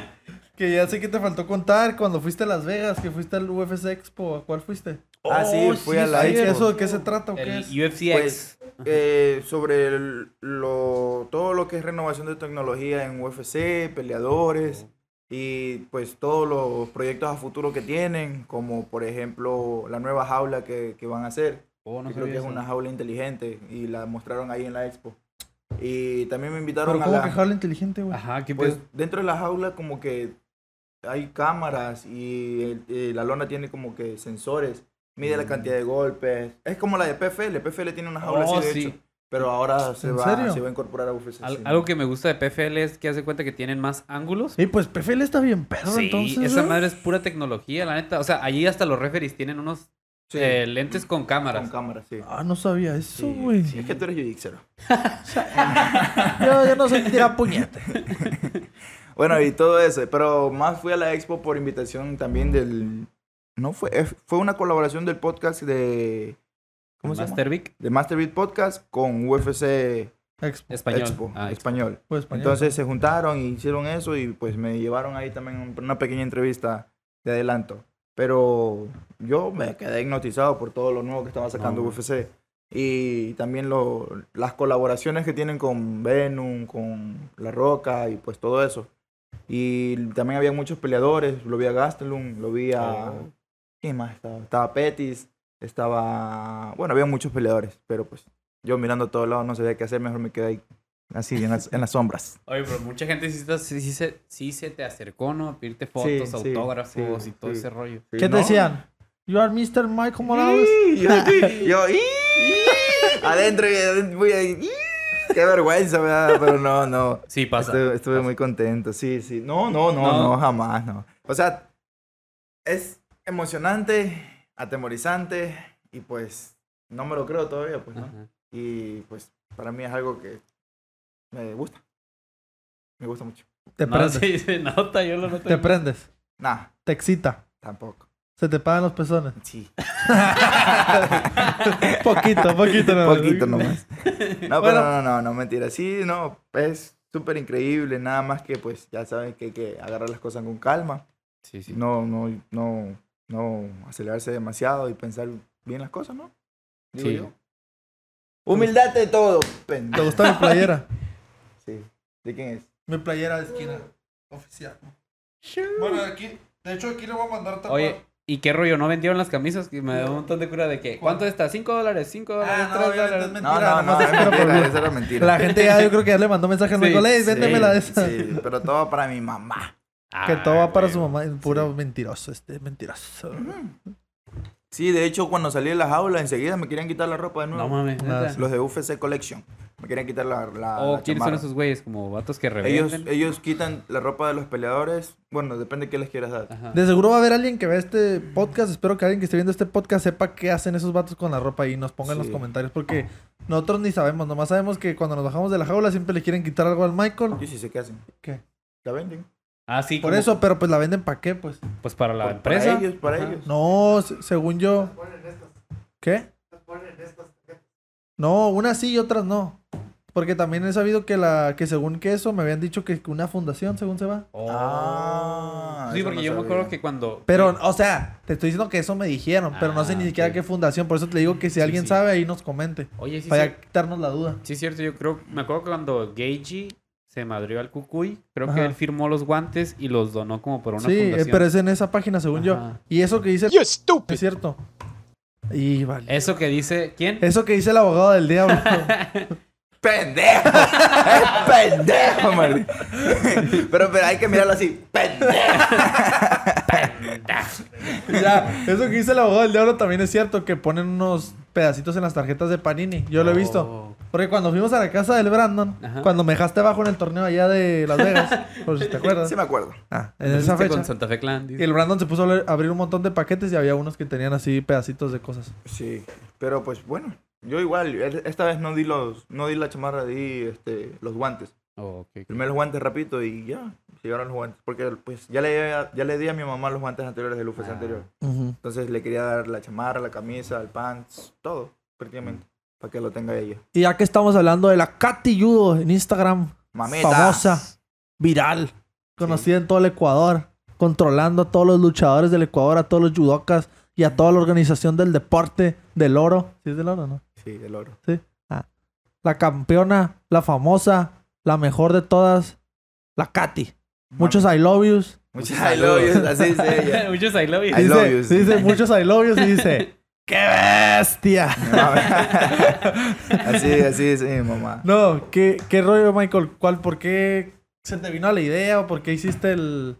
Que ya sé que te faltó contar cuando fuiste a Las Vegas, que fuiste al UFC Expo. ¿A cuál fuiste? ah, sí, Oh, fui sí, a la Ay, expo. ¿Eso de qué se trata o qué El es? UFCX. Eh, sobre el- lo, todo lo que es renovación de tecnología en UFC, peleadores y pues todos los proyectos a futuro que tienen, como por ejemplo la nueva jaula que, que van a hacer. Oh, no que creo sabía que es eso. una jaula inteligente y la mostraron ahí en la expo. Y también me invitaron Pero a ¿cómo la- que jaula inteligente, güey? Ajá, qué pues pedo. dentro de la jaula como que hay cámaras y el- eh, la lona tiene como que sensores, mide la cantidad de golpes. Es como la de PFL, PFL tiene una jaula Mm. Oh, así de sí. hecho, pero ahora se ¿En va, serio? se va a incorporar a UFC. Al- pues, sí. algo que me gusta de PFL es que hace cuenta que tienen más ángulos. Y pues PFL está bien perro, Sí, entonces. esa ¿eh? madre es pura tecnología, la neta. O sea, allí hasta los referees tienen unos Sí. Eh, lentes con cámaras. Con cámara, sí. Ah, no sabía eso, Sí, güey. sí, Es que tú eres judixero. Yo, yo no soy tira puñete. Bueno, y todo eso. Pero más fui a la expo por invitación también del. No fue. eh, Fue una colaboración del podcast de. ¿Cómo se llama? Master Vic, De Masterbeat Podcast con UFC Expo. español. Expo, Ah, español. Pues español. Entonces se juntaron y hicieron eso y pues me llevaron ahí también un- una pequeña entrevista de adelanto. Pero yo me quedé hipnotizado por todo lo nuevo que estaba sacando No. UFC. Y también lo, las colaboraciones que tienen con Venom, con La Roca y pues todo eso. Y también había muchos peleadores. Lo vi a Gastelum, lo vi a... Oh. ¿Quién más estaba? Estaba Pettis, estaba... Bueno, había muchos peleadores, pero pues yo mirando a todos lados no sabía qué hacer. Mejor me quedé ahí así en las, en las sombras. Oye, pero mucha gente sí, está- sí- sí se, sí se te acercó, ¿no? A pedirte fotos, sí, autógrafos sí, y todo sí. ese rollo. ¿Qué te decían? You are Mr. Michael Morales. Yo, yo ¡ih! adentro y adentro, voy ahí, ¡ih! Qué vergüenza, ¿verdad? Pero no, no. Sí, pasa. Estuve, estuve muy contento, sí, sí. No, no, no, No. no, jamás, no. O sea, es emocionante, atemorizante y pues no me lo creo todavía, pues, ¿no? Ajá. Y pues para mí es algo que me gusta. Me gusta mucho. Te no, prendes. sí, se nota, yo lo noto. Te prendes. Nah, Te excita. tampoco. Se te pagan los pezones. Sí. poquito, poquito nomás. Poquito nomás. Bueno. No, pero no, no, no, mentira. Sí, no, es súper increíble. Nada más que, pues, ya saben que hay que agarrar las cosas con calma. Sí, sí. No, no, no, no acelerarse demasiado y pensar bien las cosas, ¿no? Digo Sí. yo. Humildad de todo, ¿Te pendejo. gusta mi playera? Sí. ¿De quién es? Mi playera de esquina. Oficial. Bueno, aquí. De hecho, aquí le voy a mandar Oye, ¿y qué rollo? ¿No vendieron las camisas? Que me da un montón de cura de que. ¿Cuánto está? ¿5 dólares? ¿5 dólares? no, ¿Tres obviamente dólares? es Ah, Mentira, No, no, no, nomás te es quiero mentira, probar. esa era mentira. La gente ya, yo creo que ya le mandó mensaje al Sí, Michael. Ey, Sí, véndemela de esa. Sí, pero todo para mi mamá. Ah, Que todo va para su mamá. mamá. Puro mentiroso, este mentiroso. Sí, de hecho, cuando salí de la jaula, enseguida me querían quitar la ropa de nuevo. No mames. Nada, neta. sí. Los de UFC Collection. Me quieren quitar la, la, Oh, la ¿quiénes chamarra. son esos güeyes? Como vatos que Ellos, eh, revenden. ellos quitan la ropa de los peleadores. Bueno, depende de qué les quieras dar. Ajá. De seguro va a haber alguien que vea este podcast. Espero que alguien que esté viendo este podcast sepa qué hacen esos vatos con la ropa y nos ponga en los Sí. comentarios. Porque nosotros ni sabemos, nomás sabemos que cuando nos bajamos de la jaula siempre le quieren quitar algo al Michael. Yo sí sé qué hacen. ¿Qué? La venden. Ah, sí. Por como- eso, pero pues la venden para qué, pues. Pues para la Por- empresa. Para ellos, para Ajá. ellos. No, se- según yo. Las ponen estas, ¿Qué? las ponen estas. tarjetas. No, unas sí y otras no. Porque también he sabido que la, que según que eso, me habían dicho que una fundación, según se va. Oh. Ah, sí, eso porque no yo me sabía. acuerdo que cuando. Pero, o sea, te estoy diciendo que eso me dijeron, pero no sé Ah, ni siquiera ok. qué fundación. Por eso te digo que si Sí, alguien sí. sabe, ahí nos comente. Oye, sí, para sí. ya quitarnos la duda. Sí, es cierto, yo creo, me acuerdo que cuando Gagey se madrió al Cucuy, creo que Ajá. él firmó los guantes y los donó como por una sí, eh, fundación. pero es en esa página, según yo. Ajá. Y eso que dice. You stupid. Es cierto. Y vale. Eso que dice, ¿quién? Eso que dice el abogado del diablo. ¡Pendejo! ¡Es pendejo, man! pero, pero hay que mirarlo así. ¡Pendejo! ya, eso que dice el abogado del diablo también es cierto, que ponen unos pedacitos en las tarjetas de Panini. Yo lo he visto. Oh. Porque cuando fuimos a la casa del Brandon, Ajá. cuando me dejaste abajo en el torneo allá de Las Vegas, por si te acuerdas. Sí me acuerdo. Ah, en esa fecha. Fuiste Pues este Con Santa Fe Clan, Y dice. el Brandon se puso a abrir- abrir un montón de paquetes y había unos que tenían así pedacitos de cosas. Sí. Pero pues bueno. Yo igual, e- esta vez no di los, no di la chamarra, di este, los guantes. Oh, ok, ok. Primero los guantes rapidito y ya, llegaron los guantes. Porque pues ya le, ya le di a mi mamá los guantes anteriores del UFC Ah. anterior. Entonces le quería dar la chamarra, la camisa, el pants, todo, Mm. prácticamente, para que lo tenga ella. Y ya que estamos hablando de la Katy Judo en Instagram, Mameta. famosa, viral, conocida en todo el Ecuador, controlando a todos los luchadores del Ecuador, a todos los judokas y a toda la organización del deporte del oro. ¿Sí es del oro, no? Sí, el oro. La campeona, la famosa, la mejor de todas, la Katy. Muchos I love yous. Muchas I love yous, así dice ella. Muchos I love you. I love Dice- yous. Dice muchos I love yous y dice, ¡qué bestia! Mi mamá. así, así dice mi mamá. No, ¿qué, qué rollo, Michael? ¿Cuál, ¿Por qué se te vino la idea o por qué hiciste el,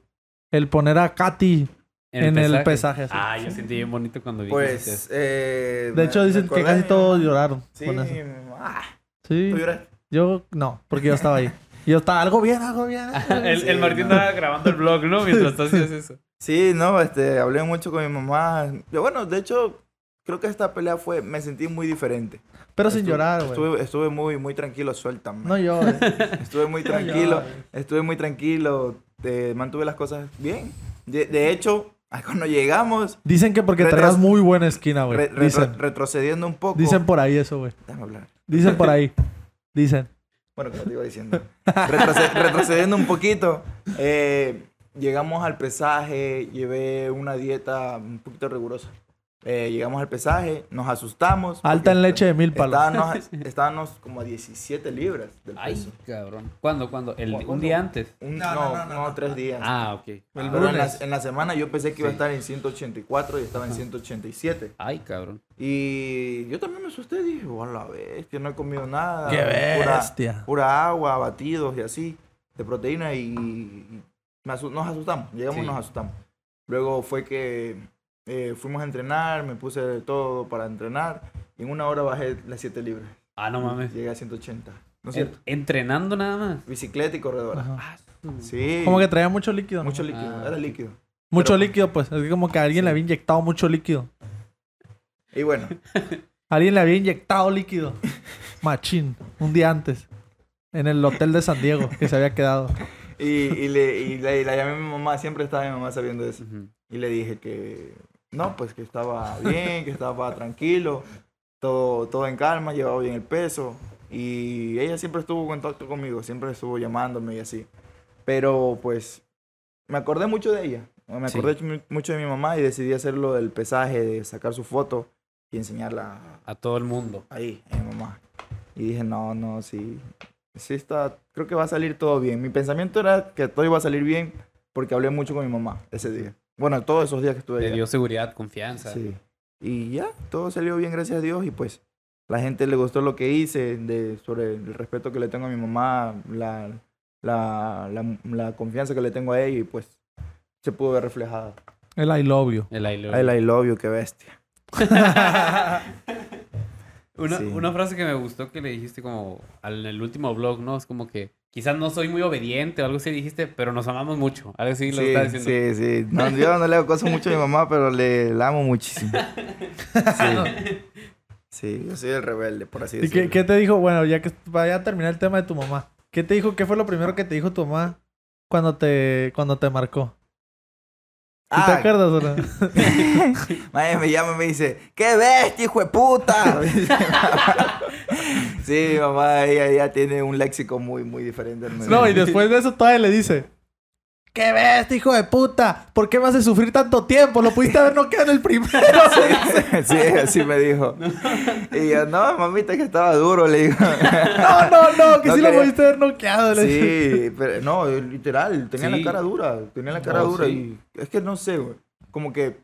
el poner a Katy en, el pesaje? así? Ah, yo sentí bien bonito cuando vi que Pues, hiciste eh, de hecho, me- dicen me que acordé de casi mi todos mamá. lloraron Sí, con eso. ah, Sí, tú lloraste. yo no, porque yo estaba ahí. Yo estaba algo bien, algo bien. algo eso. bien. el, el sí, Martín no. estaba grabando el blog, ¿no? Mientras tú hacías eso. Sí, no, este, hablé mucho con mi mamá. Yo, Bueno, de hecho, Creo que esta pelea fue, me sentí muy diferente. Pero sin Estuve- llorar, güey. Estuve, estuve muy, muy tranquilo, suéltame. No llores. Estuve muy No llores. tranquilo, estuve muy tranquilo, te mantuve las cosas bien. De, de hecho, cuando llegamos, Dicen que porque Retras- traías muy buena esquina, güey. re- re- Dicen. retrocediendo un poco. Dicen por ahí eso, güey. Déjame hablar. Dicen por ahí. Dicen. Bueno, como te iba diciendo. Retroce- retrocediendo un poquito. eh, llegamos al pesaje, llevé una dieta un poquito rigurosa. Eh, llegamos al pesaje, nos asustamos. Alta en porque leche de mil palos. Estábamos, estábamos como a 17 libras del peso. Ay, cabrón. ¿Cuándo? ¿Cuándo? El, ¿Cuándo? ¿Un día antes? Un- No, no, no, no, no, no. tres días. Ah, ok. El Pero en, la, lunes. en la semana yo pensé que iba a Sí. estar en 184 y estaba en 187. Ay, cabrón. Y yo también me asusté, dije, "Oh, la bestia, no he comido nada. ¡Qué Ah, pura- bestia! pura agua, batidos y así, de proteína y, y me asu- nos asustamos, llegamos y Sí. nos asustamos. Luego fue que eh, fuimos a entrenar, me puse de todo para entrenar y en una hora bajé las 7 libras, Ah, no mames. llegué a 180, ¿no es En- cierto? entrenando nada más. Bicicleta y corredora. Eh. Ajá. Sí, Como que traía mucho líquido. ¿no? mucho líquido, Ah. era líquido. Mucho pero- líquido, pues. Es que como que alguien le había inyectado mucho líquido. Y bueno, Alguien le había inyectado líquido. Machín. Un día antes. En el hotel de San Diego que se había quedado. y, y le, y le- y la llamé a mi mamá, siempre estaba mi mamá sabiendo eso. Ujú. Y le dije que no, pues que estaba bien, que estaba tranquilo, todo, todo en calma, llevaba bien el peso. Y ella siempre estuvo en contacto conmigo, siempre estuvo llamándome y así. Pero pues me acordé mucho de ella, me Sí. acordé mu- mucho de mi mamá y decidí hacerlo del pesaje, de sacar su foto y enseñarla A todo el mundo. ahí, a mi mamá. Y dije, no, no, sí, sí está, creo que va a salir todo bien. Mi pensamiento era que todo iba a salir bien porque hablé mucho con mi mamá ese día. Bueno, todos esos días que estuve Le allá. dio seguridad, confianza. Sí. Y ya, todo salió bien, gracias a Dios. Y pues la gente le gustó lo que hice, de, sobre el respeto que le tengo a mi mamá, la, la, la, la confianza que le tengo a ella, y pues se pudo ver reflejada. El I love you. El I love El I love you, qué bestia. Una, Sí. una frase que me gustó que le dijiste como al, en el último blog, ¿no? Es como que quizás no soy muy obediente o algo así dijiste, pero nos amamos mucho. Algo así lo sí, estás diciendo. sí, sí. No, yo no le hago cosas mucho a mi mamá, pero le la amo muchísimo. Sí. Sí, yo soy el rebelde, por así ¿Y qué, decirlo. qué te dijo? Bueno, ya que vaya a terminar el tema de tu mamá. ¿Qué te dijo? ¿Qué fue lo primero que te dijo tu mamá cuando te, cuando te marcó? ¿Sí ¿Te Ah, acuerdas o no? Madre me llama y me dice, ¡qué bestia, hijo de puta! sí, mi mamá, ella, ella tiene un léxico muy, muy diferente. al mío. No, y después de eso todavía le dice... ¡Qué bestia, hijo de puta! ¿Por qué me haces sufrir tanto tiempo? Lo pudiste haber noqueado en el primero. sí, así me dijo. Y yo, no, mamita, que estaba duro, le digo. No, no, no, que No sí lo quería- pudiste haber noqueado. le dice. sí, pero no, literal, tenía Sí. la cara dura, tenía la cara No, dura sí. y es que no sé, güey. Como que,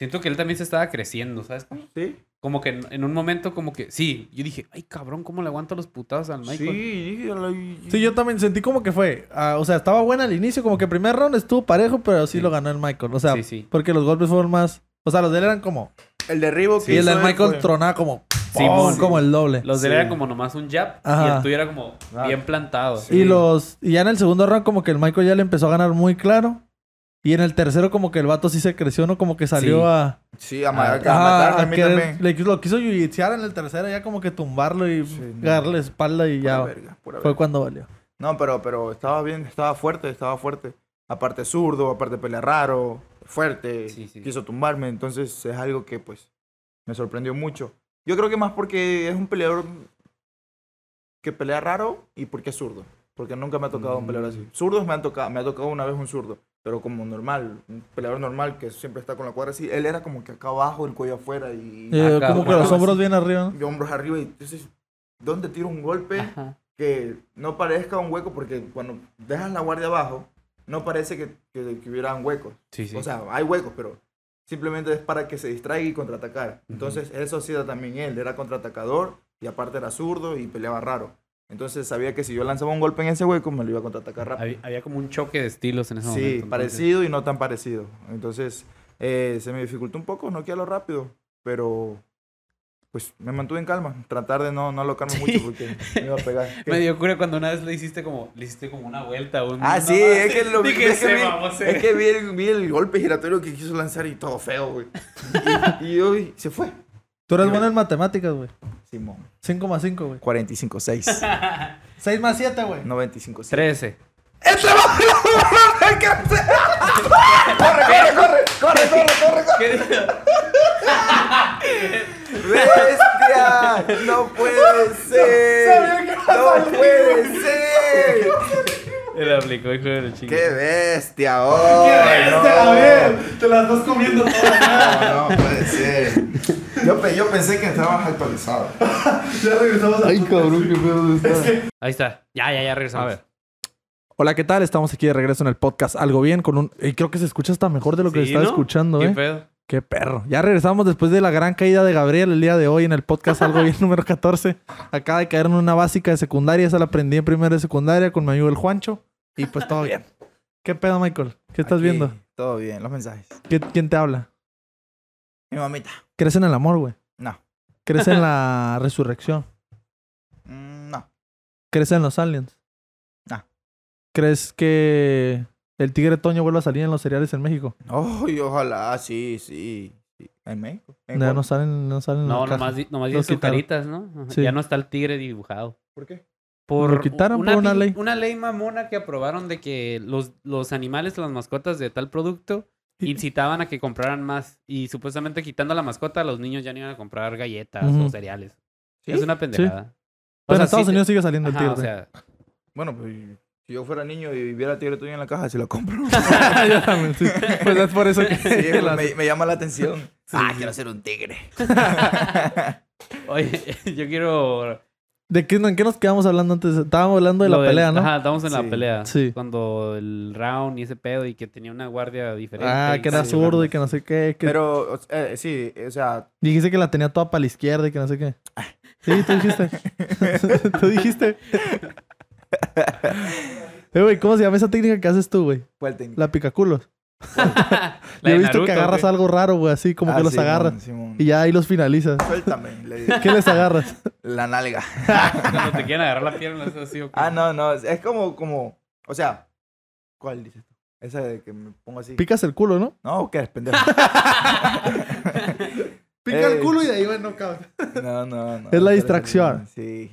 Siento que él también se estaba creciendo, ¿sabes? cómo? sí, Como que en, en un momento como que, sí, yo dije, ay cabrón, ¿cómo le aguanto los putados al Michael? sí, dije, "Ay". Sí, yo también sentí como que fue. ah, o sea, estaba buena al inicio, como que el primer round estuvo parejo, pero sí, Sí. lo ganó el Michael. O sea, Sí, sí. porque los golpes fueron más. O sea, los de él eran como. el derribo que y el hizo del él Michael fue- tronaba como. ¡pum! Simón. como el doble. Los de él Oh, Sí. era como nomás un jab y Ajá. el tuyo era como Ah, bien plantado. sí. Y los. Y ya en el segundo round, como que el Michael ya le empezó a ganar muy claro. Y en el tercero, como que el vato sí se creció, ¿no? Como que salió Sí. a. Sí, a, Ah, ma- a ajá, matarme a a mí querer- también. le quiso- lo quiso judiciar en el tercero, ya como que tumbarlo y Sí, no. darle la espalda y Pura ya. verga, pura Fue verga. cuando valió. Ah, No, pero, pero estaba bien, estaba fuerte, estaba fuerte. Aparte zurdo, aparte pelea raro, fuerte, Sí, sí. quiso tumbarme, entonces es algo que pues me sorprendió mucho. Yo creo que más porque es un peleador que pelea raro y porque es zurdo, porque nunca me ha tocado un peleador Mm. así. Zurdos me han tocado, me ha tocado una vez un zurdo, pero como normal, un peleador normal que siempre está con la cuadra así, él era como que acá abajo, el cuello afuera y, Eh, Acá, como que bueno, los hombros así. bien arriba, ¿no? y hombros arriba y entonces ¿dónde tiro un golpe? Ajá. que no parezca un hueco, porque cuando dejas la guardia abajo, no parece que, que, que hubiera un hueco. Sí, sí. O sea, hay huecos, pero simplemente es para que se distraiga y contraatacar. Ujú. Entonces, eso hacía también él. Era contraatacador y aparte era zurdo y peleaba raro. Entonces, sabía que si yo lanzaba un golpe en ese hueco, me lo iba a contraatacar rápido. había, había como un choque de estilos en ese sí, momento. entonces- parecido y no tan parecido. Entonces, eh, se me dificultó un poco, no quiero rápido, pero... pues me mantuve en calma. Tratar de no, no alocarme Sí. mucho porque me iba a pegar. ¿Qué? Me dio cura cuando una vez le hiciste como, le hiciste como una vuelta. Un, Ah, una sí, mamá es que así. lo Dije, es que "Se eh". vi, mamó, se- es que vi el, vi el golpe giratorio que quiso lanzar y todo feo, güey. Y, y yo y se fue. Tú eres bueno en matemáticas, güey. Simón. 5,5, güey. 45, 6. 6 más 7, güey. 95, 6. 13. ¡Entra, va! ¡Corre, corre, corre! ¡Corre, corre, corre! corre. ¿Qué dijo? ¡Bestia! ¡No puede ser! ¡No puede ser! Me la aplicó, hijo de la chinga. ¡Qué bestia! ¡Oh! no! Te las vas comiendo todas. No, no puede ser. Yo, pe- yo pensé que estabas actualizado. Ya regresamos a cabrón, qué pedo Ahí está. Ya, ya, ya regresamos. A ver. Hola, ¿qué tal? Estamos aquí de regreso en el podcast Algo Bien con un... Y creo que se escucha hasta mejor de lo que Sí, se estaba ¿no? escuchando, ¿Qué ¿eh? pedo? Qué perro. Ya regresamos después de la gran caída de Gabriel el día de hoy en el podcast Algo Bien número 14. Acaba de caer en una básica de secundaria. Esa la aprendí en primera de secundaria con mi amigo el Juancho. Y pues todo bien. ¿Qué pedo, Michael? ¿Qué estás viendo? Todo bien, los mensajes. ¿Qué- ¿Quién te habla? Mi mamita. ¿Crees en el amor, güey? No. ¿Crees en la resurrección? Mm, No. ¿Crees en los aliens? No. ¿Crees que el tigre Toño vuelva a salir en los cereales en México? Ay, ojalá, sí, sí. sí. En México. ¿En Ya cuál? no salen, no salen. en No, la caja. nomás, di- nomás Los dice sus quitaron. caritas, ¿no? Ajá. Sí. Ya no está el tigre dibujado. ¿Por qué? Por Lo quitaron por una pi- ley. Una ley mamona que aprobaron de que los, los animales, las mascotas de tal producto, Y- incitaban a que compraran más. Y supuestamente quitando la mascota, los niños ya no iban a comprar galletas Ujú. o cereales. ¿Sí? Es una pendejada. Pero O sea, en Estados sí te- Unidos sigue saliendo Ajá, el tigre. o sea, Bueno, pues si yo fuera niño y viera tigre tuyo en la caja, se lo compro. Yo también, sí. Pues es por eso que. Sí, que las- me, me llama la atención. Ah, quiero ser un tigre. oye, yo quiero... ¿De qué, ¿En qué nos quedamos hablando antes? Estábamos hablando de lo la del- pelea, ¿no? Ajá, estamos en Sí. la pelea. Sí. Cuando el round y ese pedo y que tenía una guardia diferente. ah, y que era sí, zurdo y vamos. que no sé qué. que- Pero, o- eh, sí, o sea, Dijiste que la tenía toda para la izquierda y que no sé qué. Sí, tú dijiste. tú dijiste. Eh, güey, ¿cómo se llama esa técnica que haces tú, güey? ¿cuál técnica? La picaculos. La Yo he de visto que Naruto, agarras güey. algo raro, güey, así como que los Ah, Simón, agarras. Simón. Y ya ahí los finalizas. Suéltame. le digo. ¿Qué les agarras? La nalga. Cuando te quieren agarrar la pierna, eso así. o qué? Ah, no, no. Es- Es como, como, o sea, ¿cuál dices tú? Esa de que me pongo así. Picas el culo, ¿no? No, ¿qué? Pendejo. Pica el Eh. culo y de ahí va el knockout. No, no, no. Es la Pero- distracción. Sí.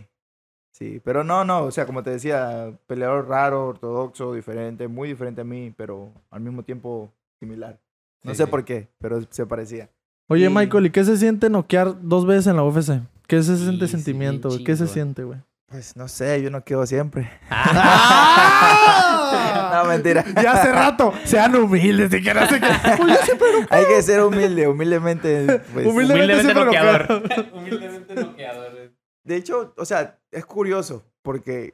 Sí, pero no, no, o sea, como te decía, peleador raro, ortodoxo, diferente, muy diferente a mí, pero al mismo tiempo similar. No Sí, sé sí. por qué, pero se parecía. Oye, Y- Michael, ¿y qué se siente noquear dos veces en la UFC? ¿Qué es ese Sí, siente sí, sentimiento, bien güey? ¿Qué se chingón. siente, güey? Pues no sé, yo no quedo siempre. ¡Ah! No, mentira. Ya hace rato, sean humildes, si quieren hacer que. Pues yo siempre no- Hay que ser humilde, humildemente. pues. Humilde- Humildemente, Humildemente siempre noqueador. Humildemente noqueador. eh. De hecho, o sea, es curioso porque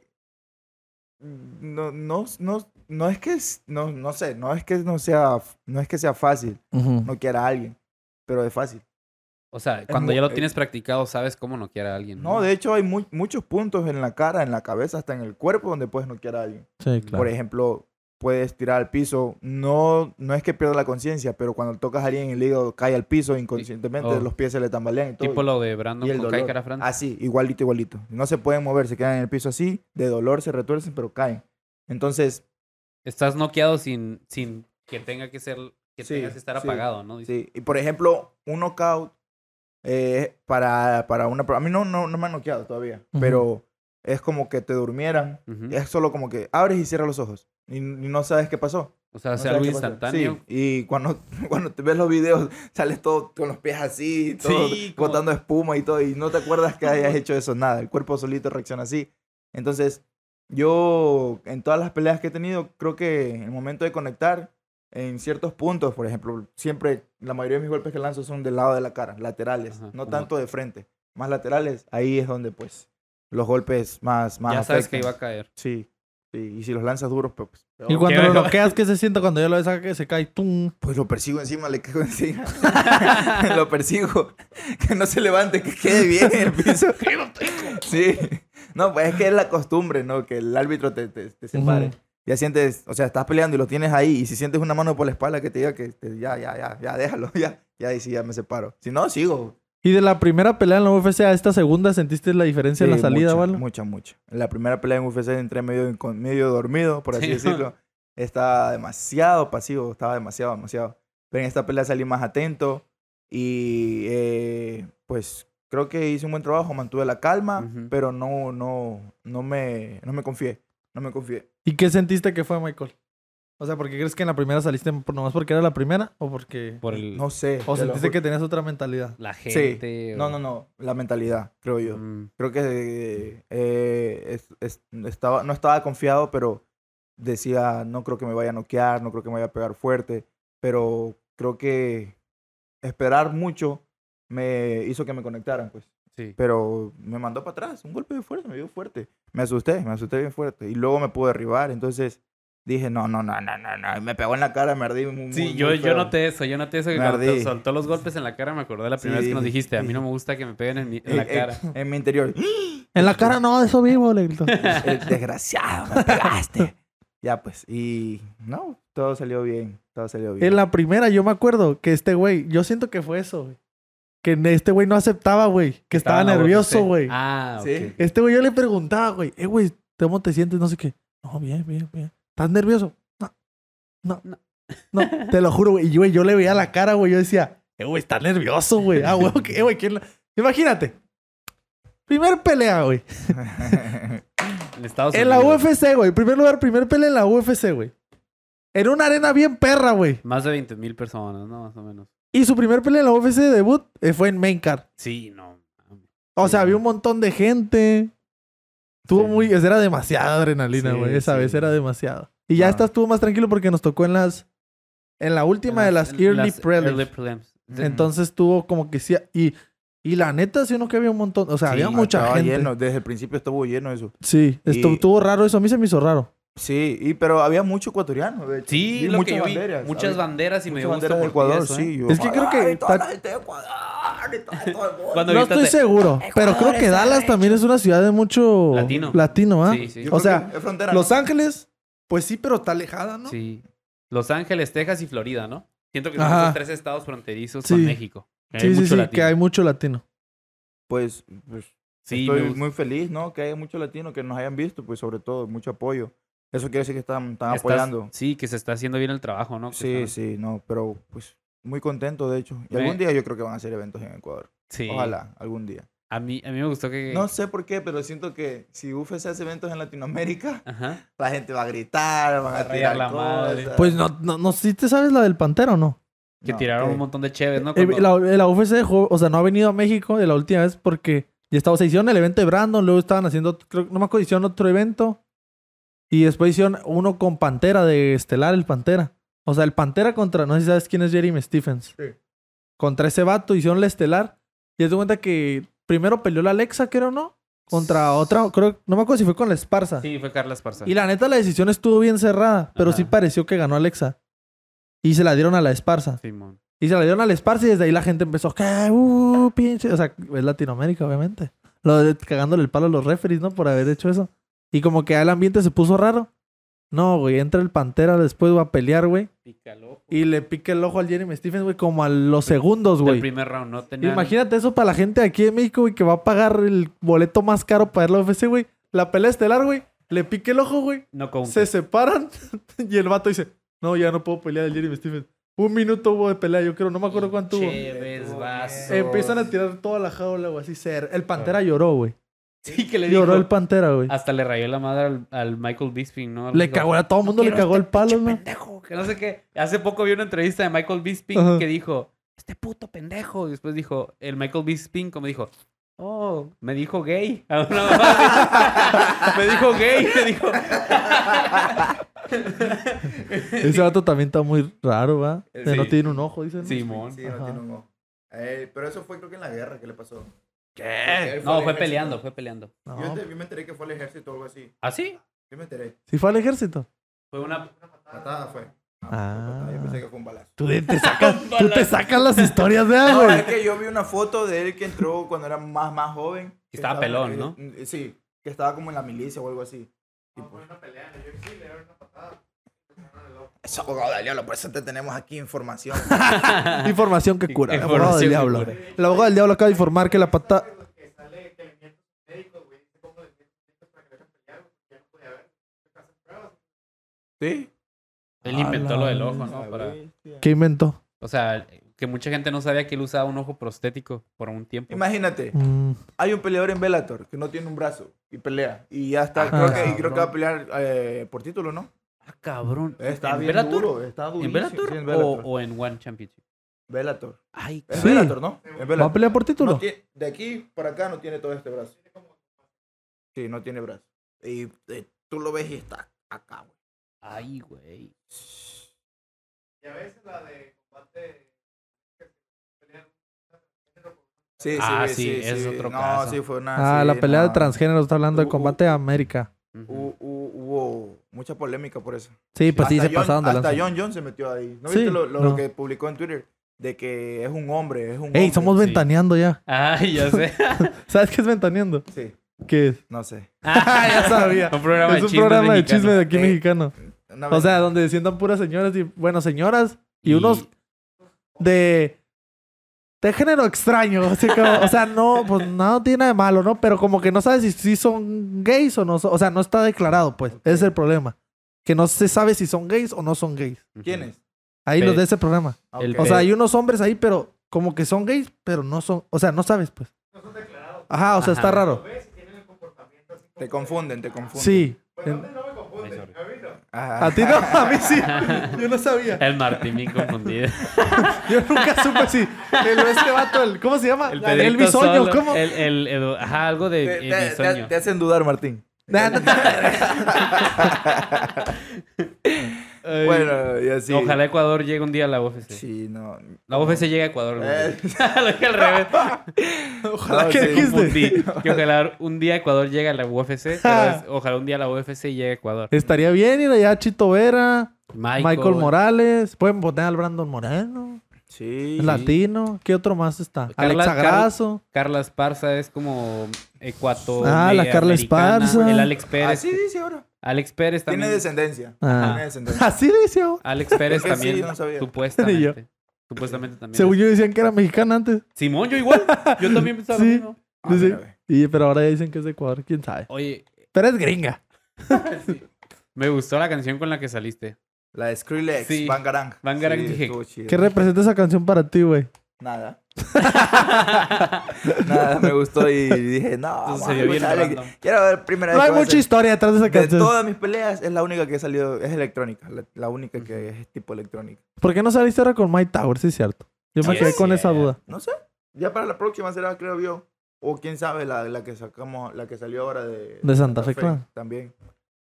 no, no, no, no es que es- no, no sé, no es que no sea, no es que sea fácil no quiera a alguien, pero es fácil. O sea, cuando mu- ya lo eh, tienes practicado, sabes cómo noquear a alguien. No, de hecho hay mu- muchos puntos en la cara, en la cabeza, hasta en el cuerpo donde puedes noquear a alguien. Sí, Por claro. ejemplo, puedes tirar al piso, no, no es que pierda la conciencia, pero cuando tocas a alguien en el hígado cae al piso inconscientemente, oh. los pies se le tambalean y todo. Tipo lo de y Brandon el con dolor. Kai Cara France. Así, igualito, igualito. No se pueden mover, se quedan en el piso así, de dolor se retuercen, pero caen. Entonces, Estás noqueado sin, sin que tenga que ser. Que Sí, tengas que estar sí, apagado, ¿no? Dice- sí. Y por ejemplo, un knockout eh, para, para una... A mí no, no, no me han noqueado todavía, Ujú. pero es como que te durmieran. Ujú. Es solo como que abres y cierras los ojos. Y, y no sabes qué pasó. O sea, No hace sabes algo qué pasó. instantáneo. Sí, y cuando, cuando te ves los videos, sales todo con los pies así, todo Sí, como- botando espuma y todo, y no te acuerdas que hayas hecho eso, nada. El cuerpo solito reacciona así. Entonces, yo en todas las peleas que he tenido, creo que en el momento de conectar, en ciertos puntos, por ejemplo, siempre la mayoría de mis golpes que lanzo son del lado de la cara, laterales, Ajá, no como- tanto de frente, más laterales. Ahí es donde, pues, los golpes más. más Ya sabes que afectan. iba a caer. Sí. sí, Y si los lanzas duros, pues, pues, Y peor. cuando Qué lo bueno. noqueas, ¿qué se siente cuando ya lo ves que se cae? ¡Tum! Pues lo persigo encima, le caigo encima. lo persigo. Que no se levante, que quede bien en el piso. Sí. No, pues es que es la costumbre, ¿no? Que el árbitro te, te, te separe. Ujú. Ya sientes, o sea, estás peleando y lo tienes ahí. Y si sientes una mano por la espalda que te diga que te- ya, ya, ya, ya, déjalo, ya. Ya, y sí, ya me separo. Si no, sigo. Y de la primera pelea en la UFC a esta segunda, ¿sentiste la diferencia en la Sí, salida, mucha, Valo? Mucha, mucha. En la primera pelea en UFC entré medio, incon- medio dormido, por así Sí. decirlo. Estaba demasiado pasivo, estaba demasiado, demasiado. Pero en esta pelea salí más atento y eh, pues creo que hice un buen trabajo, mantuve la calma, Ujú. pero no, no, no, me, no me confié, no me confié. ¿Y qué sentiste que fue, Michael? O sea, ¿por qué crees que en la primera saliste por- nomás porque era la primera o porque... Por el, No o sé. te lo sentiste ju- que tenías otra mentalidad? la Sí. gente. No, no, no, la mentalidad, creo yo. Mm. creo que eh, es- es- estaba, no estaba confiado, pero decía, no creo que me vaya a noquear, no creo que me vaya a pegar fuerte, pero creo que esperar mucho me hizo que me conectaran, pues. Sí. Pero me mandó para atrás, un golpe de fuerte, me dio fuerte. Me asusté, me asusté bien fuerte. Y luego me pude derribar, entonces dije, no, no, no, no, no, no. y Me pegó en la cara, me ardí muy, Sí, muy, yo, muy yo feo. noté eso, yo noté eso que Me cuando te ardí. soltó los golpes en la cara me acordé la primera Sí, vez que nos dije, dijiste, a mí sí. Eh, no me gusta que me peguen en, mi- en En- la cara. En, en mi interior. En la cara no, eso vivo, le gritó. El desgraciado, me pegaste. ya pues, y no, todo salió bien, todo salió bien. En la primera, yo me acuerdo que este güey, yo siento que fue eso, güey. Que ne- este güey no aceptaba, güey. Que estaba, en la nervioso, boca, güey. Ah, ok. Sí. Este güey yo le preguntaba, güey, eh, güey, ¿cómo te sientes? No sé qué. No, bien, bien, bien. ¿Estás nervioso? No. No. No. te lo juro, güey. Y güey, yo le veía la cara, güey. Yo decía, eh, güey, estás nervioso, güey. Ah, güey, ¿qué, güey? ¿Quién lo- Imagínate. Primer pelea, güey. En Estados En la Unidos. UFC, güey. Primer lugar, primer pelea en la UFC, güey. En una arena bien perra, güey. Más de 20 mil personas, ¿no? Más o menos. Y su primer pelea en la UFC de debut eh, fue en Main Card. Sí, no. O sea, Sí. había un montón de gente. Estuvo Sí. muy. Era demasiada adrenalina, Sí, güey. Esa sí. vez era demasiado. Y ya Ah. esta estuvo más tranquilo porque nos tocó en las. En la última de las En early las prelims. early prelims. Mm. Entonces estuvo como que sí. Y, y la neta, sí, uno que había un montón. O sea, Sí, había mucha Estaba gente. lleno, desde el principio estuvo lleno eso. Sí, esto- Y- estuvo raro eso. A mí se me hizo raro. Sí, y, pero había mucho ecuatoriano, de hecho. Sí, Vi lo muchas que yo vi, banderas. Muchas había- banderas y me muchas dio gusto banderas de por ti Ecuador, eso, sí. ¿eh? yo, Es que creo que "Ay, toda ta- la gente de Ecuador, y todo- todo el mundo". Cuando No ahorita estoy te- seguro. Pero creo que Dallas también es una ciudad de mucho. Latino. Latino, ¿ah? Sí, sí. Yo O creo sea, que es frontera, Los ¿no? Ángeles, pues sí, pero está alejada, ¿no? Sí. Los Ángeles, Texas y Florida, ¿no? Siento que son Ajá. los tres estados fronterizos Sí. con México. Que hay Sí, sí, mucho sí, latino. que hay mucho latino. Pues, pues, Sí, me estoy gusta. muy feliz, ¿no? Que haya muchos latinos que nos hayan visto, pues sobre todo, mucho apoyo. Eso quiere decir que están, están Estás- apoyando. Sí, que se está haciendo bien el trabajo, ¿no? Que Sí, están- sí, no, pero pues muy contento de hecho. Y Me- algún día yo creo que van a hacer eventos en Ecuador. Sí. Ojalá, algún día. A mí, a mí me gustó que... No sé por qué, pero siento que si UFC hace eventos en Latinoamérica, Ajá. la gente va a gritar, van Va a, a rayar tirar la la madre. Pues no, no, no, sí te sabes la del Pantero, ¿no? Que tiraron un montón de chéves, ¿no? Eh, Cuando- la, la UFC, dejó- o sea, no ha venido a México de la última vez porque ya estaba, o sea, hicieron el evento de Brandon, luego estaban haciendo, creo, no me acuerdo, hicieron otro evento y después hicieron uno con Pantera de Estelar, el Pantera. O sea, el Pantera contra, no sé si sabes quién es Jeremy Stephens. Sí. Contra ese vato hicieron la Estelar y te das cuenta que primero peleó la Alexa, creo, ¿no? Contra otra, creo, no me acuerdo si fue con la Esparza. Sí, fue Carla Esparza. Y la neta, la decisión estuvo bien cerrada, pero Ajá. sí pareció que ganó Alexa. Y se la dieron a la Esparza. Simón. Y se la dieron a la Esparza y desde ahí la gente empezó, ¿qué? Uh, pinche. O sea, es Latinoamérica, obviamente. Lo de cagándole el palo a los referees, ¿no? Por haber hecho eso. Y como que el ambiente se puso raro. No, güey, entra el Pantera, después va a pelear, güey. Pícalo. Y le pica el ojo al Jeremy Stephens, güey, como a los segundos, Del güey. primer round, no tenía... Imagínate eso para la gente aquí en México, güey, que va a pagar el boleto más caro para ver la UFC, güey. La pelea estelar, güey. Le pique el ojo, güey. No count. Se separan y el vato dice, no, ya no puedo pelear el Jeremy Stephens. Un minuto hubo de pelea, yo creo, no me acuerdo cuánto hubo. Chéves, vasos. Empiezan a tirar toda la jaula, güey, así ser. Ah. El Pantera lloró, güey. Sí, que le dijo. Lloró el Pantera, güey. Hasta le rayó la madre al, al Michael Bisping, ¿no? Le dijo, cagó, a todo el mundo le quiero cagó el palo, ¿no? pendejo, que no sé qué. Hace poco vi una entrevista de Michael Bisping Ajá. que dijo, este puto pendejo. Y después dijo, el Michael Bisping como dijo, oh, me dijo gay. Ah, A una mamá así. me dijo gay, me dijo. Ese vato también está muy raro, ¿va? Que Sí. No tiene un ojo, dicen. ¿no? Simón. Sí, no Ajá. tiene un ojo. Eh, pero eso fue creo que en la guerra que le pasó. ¿Qué? Él fue No, al fue ejército. peleando, fue peleando. No, pues, Yo, te- yo me enteré que fue al ejército o algo así. ¿Ah, sí? Yo me enteré. ¿Sí fue al ejército? Fue una... Patada fue. Ah. Patada, pues, Yo pensé que fue un balazo. Tú de- te sacas, tú te sacas las historias de No, güey. es que yo vi una foto de él que entró cuando era más, más joven. Que estaba pelón, ¿no? eh, Sí, que estaba como en la milicia o algo así. Y pues, Fue una pelea en el UFC, le dieron una patada. le sacaron el ojo. Es abogado del diablo, por eso te tenemos aquí información. Información que cura. El abogado del Información que diablo. cura. El abogado del diablo acaba de informar que la pata... que sale que le mienten a los médicos, güey. Dice, ¿Cómo le mienten a los médicos para que lo dejen pelear? güey? Ya no puede haber. Hay que hacer pruebas. ¿Sí? Él inventó A la lo del ojo, bestia, ¿no? Para- ¿Qué inventó? o sea, que mucha gente no sabía que él usaba un ojo prostético por un tiempo. Imagínate, Mm, hay un peleador en Bellator que no tiene un brazo y pelea. Y ya está. Ah, creo, que, y cabrón. creo que va a pelear eh, por título, ¿no? Ah, cabrón. Está ¿En bien Bellator? duro. Está durísimo. ¿En Bellator, Sí, en o, Bellator. o en One Championship? Bellator. Ay, Es Sí. Bellator, ¿no? Es ¿Va a Bellator. pelear por título? No tiene- de aquí para acá no tiene todo este brazo. Sí, no tiene brazo. Y eh, tú lo ves y está acá, güey. ay, güey. Y a veces la de combate. Sí, sí, Ah, güey, sí, es otro no, caso. sí, fue una. Ah, sí, la pelea no. de transgénero. Está hablando de Uh, combate a América. Ujú. Hu- hu- Hubo mucha polémica por eso. Sí, pues sí, Hasta se John- pasaron de Hasta lanza. John John se metió ahí. ¿No Sí, viste lo, lo no. que publicó en Twitter? De que es un hombre, es un Ey, hombre. somos Sí. ventaneando ya. Ay, Ah, ya sé. ¿Sabes qué es ventaneando? Sí, ¿Qué es? no sé. Ah, ya sabía. un programa es de un chismes programa de mexicanos. chisme de aquí Eh, mexicano. Una O vez- sea, donde sientan puras señoras y, bueno, señoras y, Y- unos de, de género extraño. así como- o sea, no, pues no tiene nada de malo, ¿no? Pero como que no sabes si, si son gays o no. son- O sea, no está declarado, pues. Ese es el problema. Que no se sabe si son gays o no son gays. Ujú. ¿Quién es? Ahí Pe- los de ese programa. Ah, El ok. O sea, hay unos hombres ahí, pero como que son gays, pero no son. O sea, no sabes, pues. No son declarados. Ajá, o sea, está Ajá. raro. ¿Ves? Y tienen el comportamiento así. te confunden, te confunden. Ah. Sí. Pues a mí no me confunde. Ay, sorry. A mí no. Ajá. A ti no, a mí sí. Yo no sabía. El Martín, bien confundido. Yo nunca supe si el este vato, el, ¿cómo se llama? El Daniel Pedrito Bisoño, solo, ¿cómo? El, el, el- ajá, algo de Te, eh, te- te- Bisoño. te hacen dudar, Martín. Nah, no te- Ay, Bueno, y así. Ojalá Ecuador llegue un día a la UFC. Sí, no. La UFC llega a Ecuador. güey. Eh. Lo dije al revés. Ojalá No, que sí, dijiste. Confundí. Que ojalá un día Ecuador llegue a la UFC. pero es- ojalá un día la UFC llegue a Ecuador. Estaría bien ir allá a Chito Vera, Michael, Eh, Michael, Morales. Pueden poner al Brandon Moreno, Sí. Latino. ¿Qué otro más está? Carla- Alexa Grasso. Carla Esparza es como ecuator. Ah, la Carla Esparza. El Alex Pérez. Así dice ahora. Alex Pérez también. ¿Ah, Tiene descendencia. Ah. Tiene descendencia. Así dice. oh. Alex Pérez Sí, también. no sabía. Ni yo. Supuestamente. Supuestamente también. Según yo decían que era mexicana antes. Simón, yo igual. Yo también pensaba lo Sí. mismo. Ah, mira, Dice- ve. y, pero ahora dicen que es de Ecuador, quién sabe. Oye, Pero es gringa. me gustó la canción con la que saliste. La de Skrillex, Sí. Bangarang. Bangarang, dije, estuvo chido. ¿Qué representa esa canción para ti, güey? Nada. Nada, me gustó y dije, no, Entonces vamos se a vio bien escucharle. random. Quiero ver primera No vez. hay que voy a mucha hacer- historia detrás de esa De canción. todas mis peleas, es la única que ha salido, es electrónica. La, la única que es tipo electrónica. ¿Por qué no saliste ahora con Mike Tower? Sí, es cierto. Yo me Sí, quedé es con esa cierto. duda. No sé. Ya para la próxima será, creo yo. O quién sabe, la, la que sacamos, la que salió ahora de, De Santa Fe Clan. También.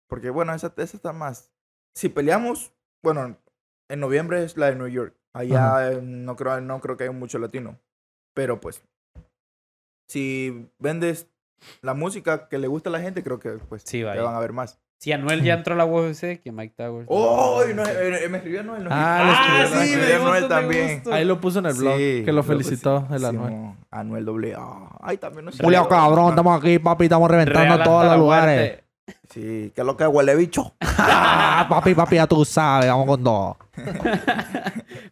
Porque bueno, esa, esa está más. Si peleamos, bueno, en noviembre es la de New York. Allá eh, no creo, no creo que haya mucho latino. Pero pues, si vendes la música que le gusta a la gente, creo que pues Sí, te vaya. van a ver más. Si Anuel ya entró a la UFC, que Mike Towers. ¡Oh! y no- eh, eh, me escribió Noel. nos- Ah, Ah, le escribió sí, Anuel. me dio Anuel también. Ahí lo puso en el blog, Sí, que lo lo felicitó el Simón, Anuel. Anuel doble A. Ay, también no sé. Julio, cabrón, estamos aquí, papi, estamos reventando todos los lugares. Sí, qué loca, huele bicho. Ah, papi, papi, ya tú sabes, vamos con todo.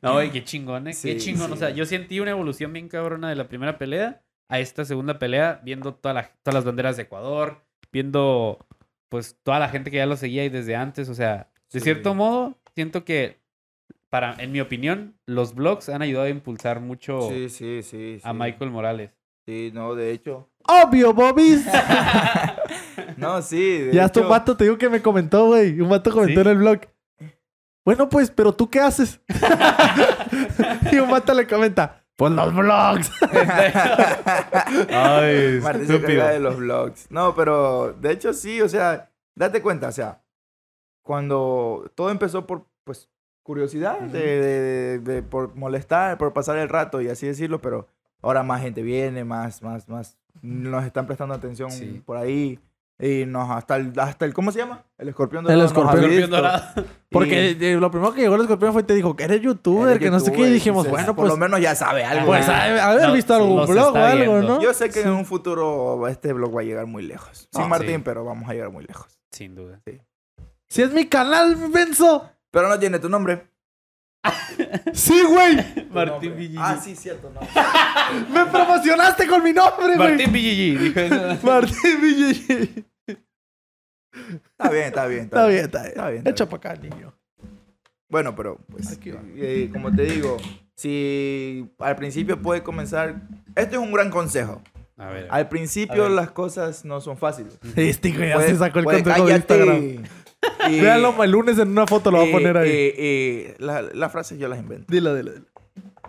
No, y qué chingón, ¿eh? Sí, qué chingón. sí. O sea, yo sentí una evolución bien cabrona de la primera pelea a esta segunda pelea, viendo toda la- todas las banderas de Ecuador, viendo pues toda la gente que ya lo seguía y desde antes. O sea, de Sí. cierto modo, siento que, para, en mi opinión, los blogs han ayudado a impulsar mucho Sí, sí, sí. a sí. Michael Morales. Sí, no, de hecho. Obvio, Bobby. No, sí. de ya hasta un hecho, vato te digo que me comentó, güey. Un vato comentó ¿Sí? en el blog. Bueno, pues, pero tú qué haces? y un vato le comenta, pues los blogs. Ay, Martín se encarga de los vlogs. No, pero de hecho sí, o sea, date cuenta, o sea, cuando todo empezó por, pues, curiosidad, de, de- de- de- por molestar, por pasar el rato y así decirlo, pero ahora más gente viene, más, más, más, nos están prestando atención Sí. por ahí. Y nos, hasta el, hasta el, ¿cómo se llama? El escorpión El dorado. nos ha escorpión. Escorpión visto. dorado. Porque Y- eh, lo primero que llegó el escorpión fue y te dijo que eres youtuber, eres que no sé qué. youtuber, Y dijimos, dices, bueno, Por pues, lo menos ya sabe algo. pues ¿no? ha de haber No, visto algún los blog o está algo, viendo. ¿no? Yo sé que en un futuro este blog va a llegar muy lejos. Sin Ah, Martín, sí. pero vamos a llegar muy lejos. Sin duda. Si es mi canal, menso. Pero no tiene tu nombre. ¡Sí, güey! Martín Nombre. Villini. Ah, sí, cierto. No. ¡Me promocionaste con mi nombre, güey! Martín Villini, dijo eso. Martín Villini. Está bien, está bien. Está bien, está bien. Está bien, está Echa para acá, niño. Bueno, pero pues Aquí va. eh, como te digo, si al principio puede comenzar, este es un gran consejo. A ver. Al A principio ver. las cosas no son fáciles. Este güey ya Puede- se sacó el puede- consejo de cállate. Instagram. Y- Véanlo el lunes en una foto, lo voy a y- poner ahí. y- y la- Las frases yo las invento. Dila, dila, dila.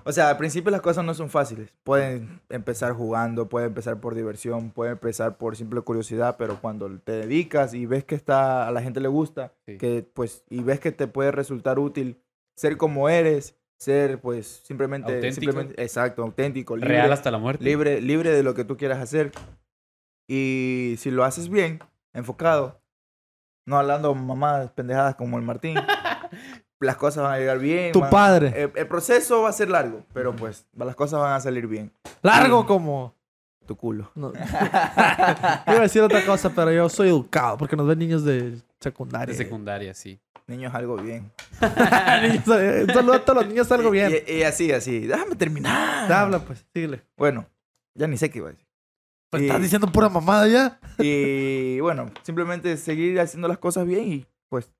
O sea, al principio las cosas no son fáciles. Pueden empezar jugando, pueden empezar por diversión, pueden empezar por simple curiosidad, pero cuando te dedicas y ves que está, a la gente le gusta, Sí. que, pues, y ves que te puede resultar útil ser como eres, ser pues simplemente, Auténtico. simplemente- exacto, auténtico, libre, Real hasta la muerte. libre, libre de lo que tú quieras hacer. Y si lo haces bien, enfocado, no hablando mamadas pendejadas como el Martín, las cosas van a llegar bien. Tu van- padre. Eh, el, el proceso va a ser largo, pero pues las cosas van a salir bien. Largo como. Tu culo. No. Iba a decir otra cosa, pero yo soy educado porque nos ven niños de De secundaria. secundaria, sí. Niños, algo bien. Niños, eh, Un saludo a todos los niños, algo Y- bien. Y, y así, así. Déjame terminar. Habla, pues, síguele. Bueno, ya ni sé qué iba a decir. Pues Y- estás diciendo pura mamada ya. Y bueno, simplemente seguir haciendo las cosas bien y pues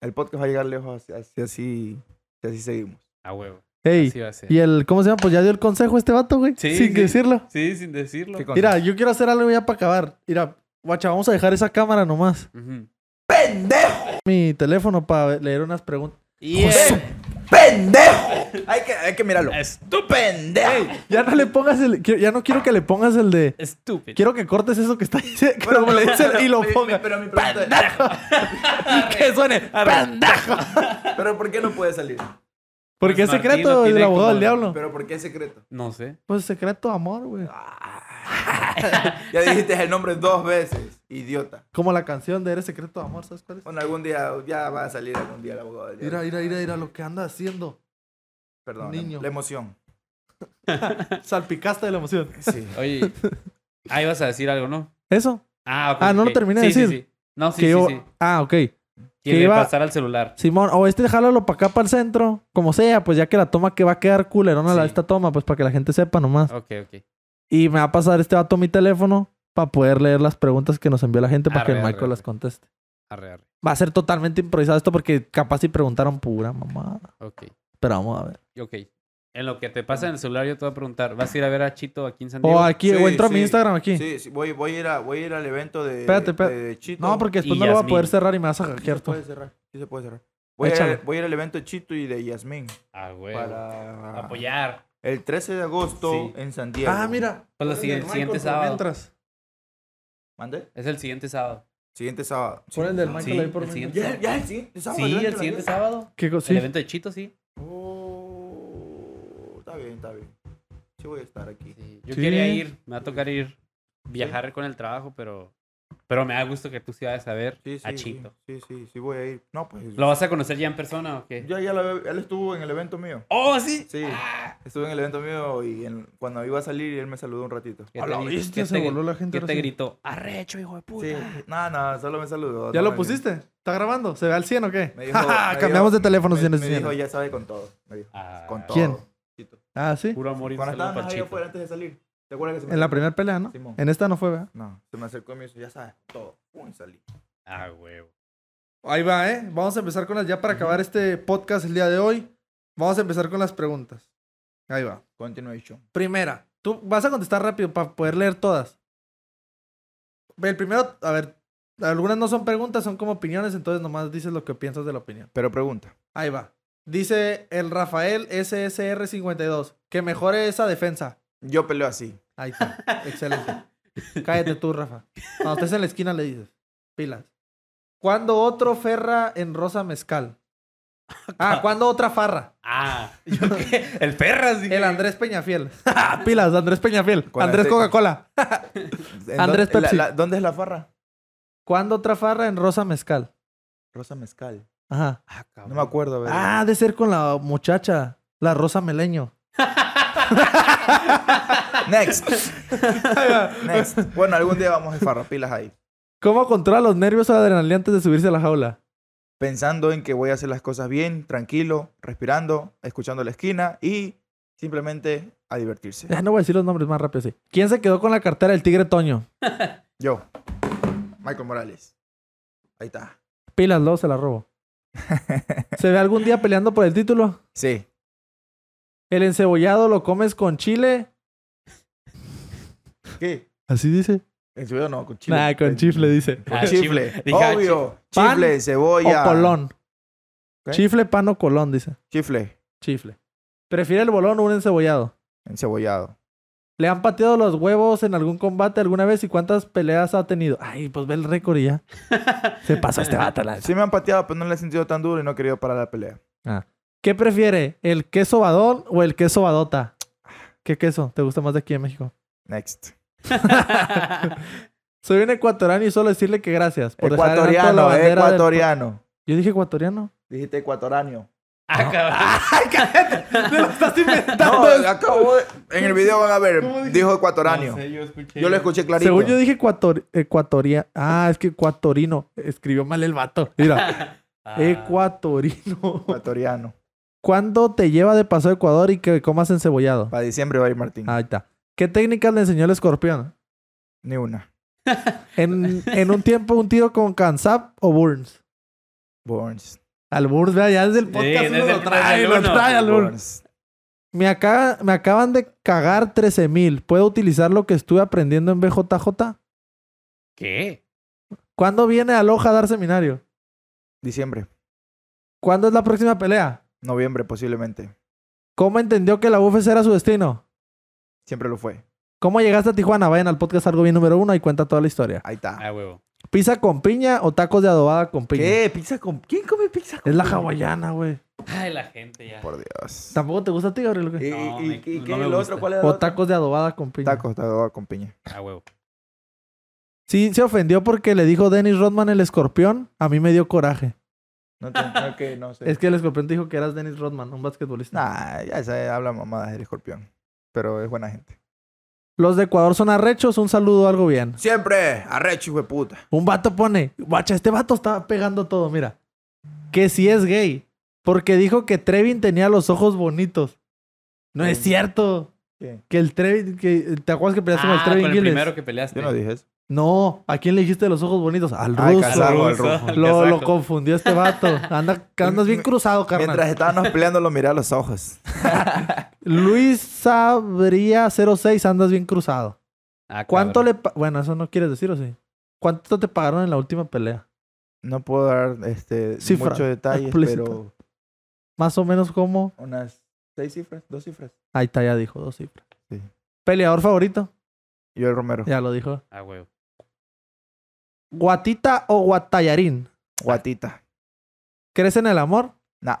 el podcast va a llegar lejos si así, así, si así seguimos. A huevo. Ey, Así va a ser. ¿y el cómo se llama? Pues ya dio el consejo este vato, güey. Sí, sin sí. decirlo. Sí, sin decirlo. ¿Qué cosa? Mira, yo quiero hacer algo ya para acabar. Mira, guacha, vamos a dejar esa cámara nomás. Ujú. ¡Pendejo! Mi teléfono para leer unas preguntas. Yeah. ¡Pendejo! Eh. Hay que, hay que mirarlo. Estúpido. ¡Pendejo! Ya no le pongas el. qui- Ya no quiero que le pongas el de. Estúpido. Quiero que cortes eso que está diciendo. como le dice y lo mi- mi- ponga. pero mi pregunta es, que suene. ¡Pendejo! ¿pero por qué no puede salir? Porque es Pues Martín no secreto el tiene abogado del como- diablo. ¿Pero por qué es secreto? No sé. Pues secreto amor, güey. Ya dijiste el nombre dos veces, idiota. Como la canción de Eres secreto amor, ¿sabes cuál es? Bueno, algún día, ya va a salir algún día el abogado del diablo. Mira, mira, mira, mira lo que anda haciendo. Perdón, niño. la emoción. Salpicaste de la emoción. Sí. Oye. Ah, ibas a decir algo, ¿no? Eso. Ah, ok, Ah, no lo ok. terminé de Sí, sí, decir. sí. No, sí, que sí, yo- sí. Ah, ok. Y de iba- pasar al celular. Simón, o este jálalo para acá para el centro, como sea, pues ya que la toma que va a quedar culerona la Sí. esta toma, pues para que la gente sepa nomás. Ok, ok. Y me va a pasar este vato mi teléfono para poder leer las preguntas que nos envió la gente para que Arre, el arre, Michael las arre. conteste. Arre, arre. Va a ser totalmente improvisado esto porque capaz si preguntaron pura mamá. Ok. Pero vamos a ver. Ok. En lo que te pasa en el celular, yo te voy a preguntar. ¿Vas a ir a ver a Chito aquí en San O Diego? Oh, aquí, Sí, o entro a mi sí. Instagram aquí. Sí, sí, voy, voy, a ir a, voy a ir al evento de, Espérate, espérate. de Chito. No, porque después Y no lo voy a Yasmín. poder cerrar y me vas a Sí se hackear tú. puede cerrar. Sí se puede cerrar. Voy, Échale. a, voy a ir al evento de Chito y de Yasmín Ah, güey. para Apoyar. el 13 de agosto Sí. en San Diego. Ah, mira. Pues la Ponle siguiente- del siguiente Michael por sábado. mientras. ¿Mande? Es el siguiente sábado. Siguiente sábado. Pon el del Sí, Michael ahí por el mientras. siguiente Ya, sábado. ya el siguiente sábado. Sí, evento el de siguiente San sábado. ¿Qué co- El sí. evento de Chito, sí. Diego. Oh, está bien, está bien. Sí voy a estar aquí. Sí, Yo Sí. quería ir, me va a tocar ir, viajar con el trabajo, pero, pero me da gusto que tú sí vayas a ver Sí, sí, a sí, Chito. Sí, sí, sí voy a ir. No, pues. ¿Lo vas a conocer ya en persona o qué? Ya, ya lo había- él estuvo en el evento mío. ¡Oh, sí! Sí, Ah. estuve en el evento mío y en- cuando iba a salir él me saludó un ratito. ¿Qué A te la gri- bestia, qué se te- voló la gente qué te recién. gritó? Ah, ¡Arrecho, hijo de puta! Sí, nada, nada, solo me saludó. ah. ¿Ya no lo me- pusiste? ¿Está grabando? ¿Se ve al 100 o qué? Me dijo, Ja, ja, me Cambiamos dijo- de teléfono me- si Me dijo, necesitan. ya sabe con todo. Me dijo, Ah, con todo. ¿Quién? Chito. Ah, sí. Puro amor y un Cuando saludo estábamos para ahí Chito. afuera antes de salir. ¿Te acuerdas que se me En la acercó? primera pelea, ¿no? Simón. En esta no fue, ¿verdad? No, se me acercó y me dijo, ya sabes todo. Pum, y salí. Ah, huevo. Ahí va, ¿eh? Vamos a empezar con las... Ya para acabar este podcast el día de hoy, vamos a empezar con las preguntas. Ahí va. Continuation. Primera. Tú vas a contestar rápido para poder leer todas. El primero, a ver, algunas no son preguntas, son como opiniones, entonces nomás dices lo que piensas de la opinión. Pero pregunta. Ahí va. Dice el Rafael SSR52, que mejore esa defensa. Yo peleo así. Ahí está. Excelente. Cállate tú, Rafa. Cuando estés en la esquina le dices, pilas. ¿Cuándo otro ferra en rosa mezcal? Ah, ¿cuándo otra farra? Ah, ¿yo qué? El perras, dije. El Andrés Peñafiel. pilas, Andrés Peñafiel. Con la Andrés te- Coca-Cola. ¿En Andrés dónde- Pepsi. la- la- ¿Dónde es la farra? ¿Cuándo otra farra en rosa mezcal? Rosa Mezcal. Ajá. Ah, cabrón. No me acuerdo, a ver. Ah, ha de ser con la muchacha, la rosa meleño. Next. Next. Bueno, algún día vamos a farrapilas ahí. ¿Cómo controla los nervios adrenaliantes de subirse a la jaula? pensando en que voy a hacer las cosas bien, tranquilo, respirando, escuchando la esquina y simplemente a divertirse. Ya Ah, no voy a decir los nombres más rápido, sí. ¿Quién se quedó con la cartera del Tigre Toño? Yo, Michael Morales. Ahí está. Pilas, luego se la robo. ¿Se ve algún día peleando por el título? Sí. ¿El encebollado lo comes con chile? ¿Qué? Así dice. El subido no, con chile. Eh, Nah, con chifle dice. Con Ah, chifle. chifle. Dije, ah, Obvio. Pan Chifle, cebolla. O colón. ¿Qué? Chifle, pan o colón, dice. Chifle. Chifle. ¿Prefiere el bolón o un encebollado? Encebollado. ¿Le han pateado los huevos en algún combate alguna vez y cuántas peleas ha tenido? Ay, pues ve el récord y ya. Se pasó este vato. la neta. Sí me han pateado, pero no le he sentido tan duro y no he querido parar la pelea. ¿Qué prefiere? ¿El queso badón o el queso badota? ¿Qué queso te gusta más de aquí en México? Next. Soy un ecuatoriano y solo decirle que gracias por dejar en alto la ecuatoriano, bandera del- ecuatoriano. Yo dije ecuatoriano. Dijiste ecuatoráneo. Ah, cabrón. ¡Te lo estás inventando! No, acabo de- En el video van a ver. Dijo ecuatoráneo. No sé, yo escuché. Yo lo escuché clarito. Según yo dije ecuator... ecuatoria... Ah, es que ecuatorino. Escribió mal el vato. Mira, Ah. ecuatorino. Ecuatoriano. ¿Cuándo te lleva de paso a Ecuador y que comas encebollado? Para diciembre va a ir Martín. Ahí está. ¿Qué técnicas le enseñó el escorpión? Ni una. En, en un tiempo, un tiro con Kansap o Burns. Burns. Al Burns, vea, ya desde el podcast desde uno lo el trae, primer lo uno. trae al Burns. Burns. Me, acaba- me acaban de cagar 13 mil. ¿Puedo utilizar lo que estuve aprendiendo en BJJ? ¿Qué? ¿Cuándo viene a Loja a dar seminario? Diciembre. ¿Cuándo es la próxima pelea? Noviembre posiblemente. ¿Cómo entendió que la UFC era su destino? Siempre lo fue. ¿Cómo llegaste a Tijuana? Vayan al podcast Algo Bien número uno y cuenta toda la historia. Ahí está. Ah, huevo. ¿Pizza con piña o tacos de adobada con piña? ¿Qué? ¿Pizza con... ¿Quién come pizza con Es la hawaiana, güey. Ay, la gente ya. Por Dios. ¿Tampoco te gusta a ti, Gabriel? güey? ¿Y, No, y- me- y qué no es me el gusta. otro? ¿Cuál es el O otro? tacos de adobada con piña. Tacos, tacos con piña. Ah, huevo. Sí, se ofendió porque le dijo Dennis Rodman el escorpión. A mí me dio coraje. No, te- no, que, no sé. Es que el escorpión te dijo que eras Dennis Rodman, un basquetbolista. Nah, ya se habla mamadas del escorpión. Pero es buena gente. Los de Ecuador son arrechos. Un saludo, algo bien. Siempre arrecho, hijo de puta. Un vato pone, guacha, este vato estaba pegando todo, mira. Que si es gay. Porque dijo que Trevin tenía los ojos bonitos. No es ¿Quién? cierto. ¿Quién? Que el Trevin, que te acuerdas que peleaste con el Ah, Trevin con el Gillis? primero que peleaste. Yo no dije eso. No, ¿a quién le dijiste los ojos bonitos? Al Ay, ruso. Casaco, al ruso. ruso. Lo, lo Casaco. confundió este vato. Anda, andas bien cruzado, carnal. Mientras estábamos peleando, lo miré a los ojos. Luis Sabría 06, andas bien cruzado. Ah, ¿Cuánto cabrón. le... pa- Bueno, eso no quieres decir, ¿o sí? ¿Cuánto te pagaron en la última pelea? No puedo dar este, Cifra muchos detalles, explícita. pero Más o menos como... unas seis cifras, dos cifras. Ahí está, ya dijo, dos cifras. Sí. ¿Peleador favorito? Y Yo el Romero. Ya lo dijo. Ah, huevo. ¿Guatita o guatallarín? Guatita. ¿Crees en el amor? Nah,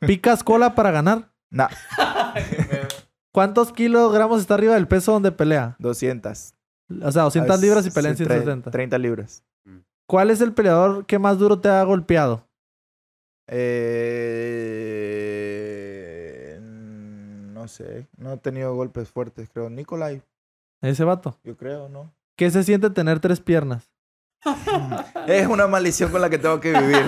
¿Picas cola para ganar? nah. ¿Cuántos kilogramos está arriba del peso donde pelea? 200. O sea, 200 Ah, libras y pelea en sí, tre- 170. 30 libras. ¿Cuál es el peleador que más duro te ha golpeado? Eh, no sé. No he tenido golpes fuertes, creo. Nicolai, Ese vato. yo creo, ¿no? ¿Qué se siente tener tres piernas? Es una maldición con la que tengo que vivir.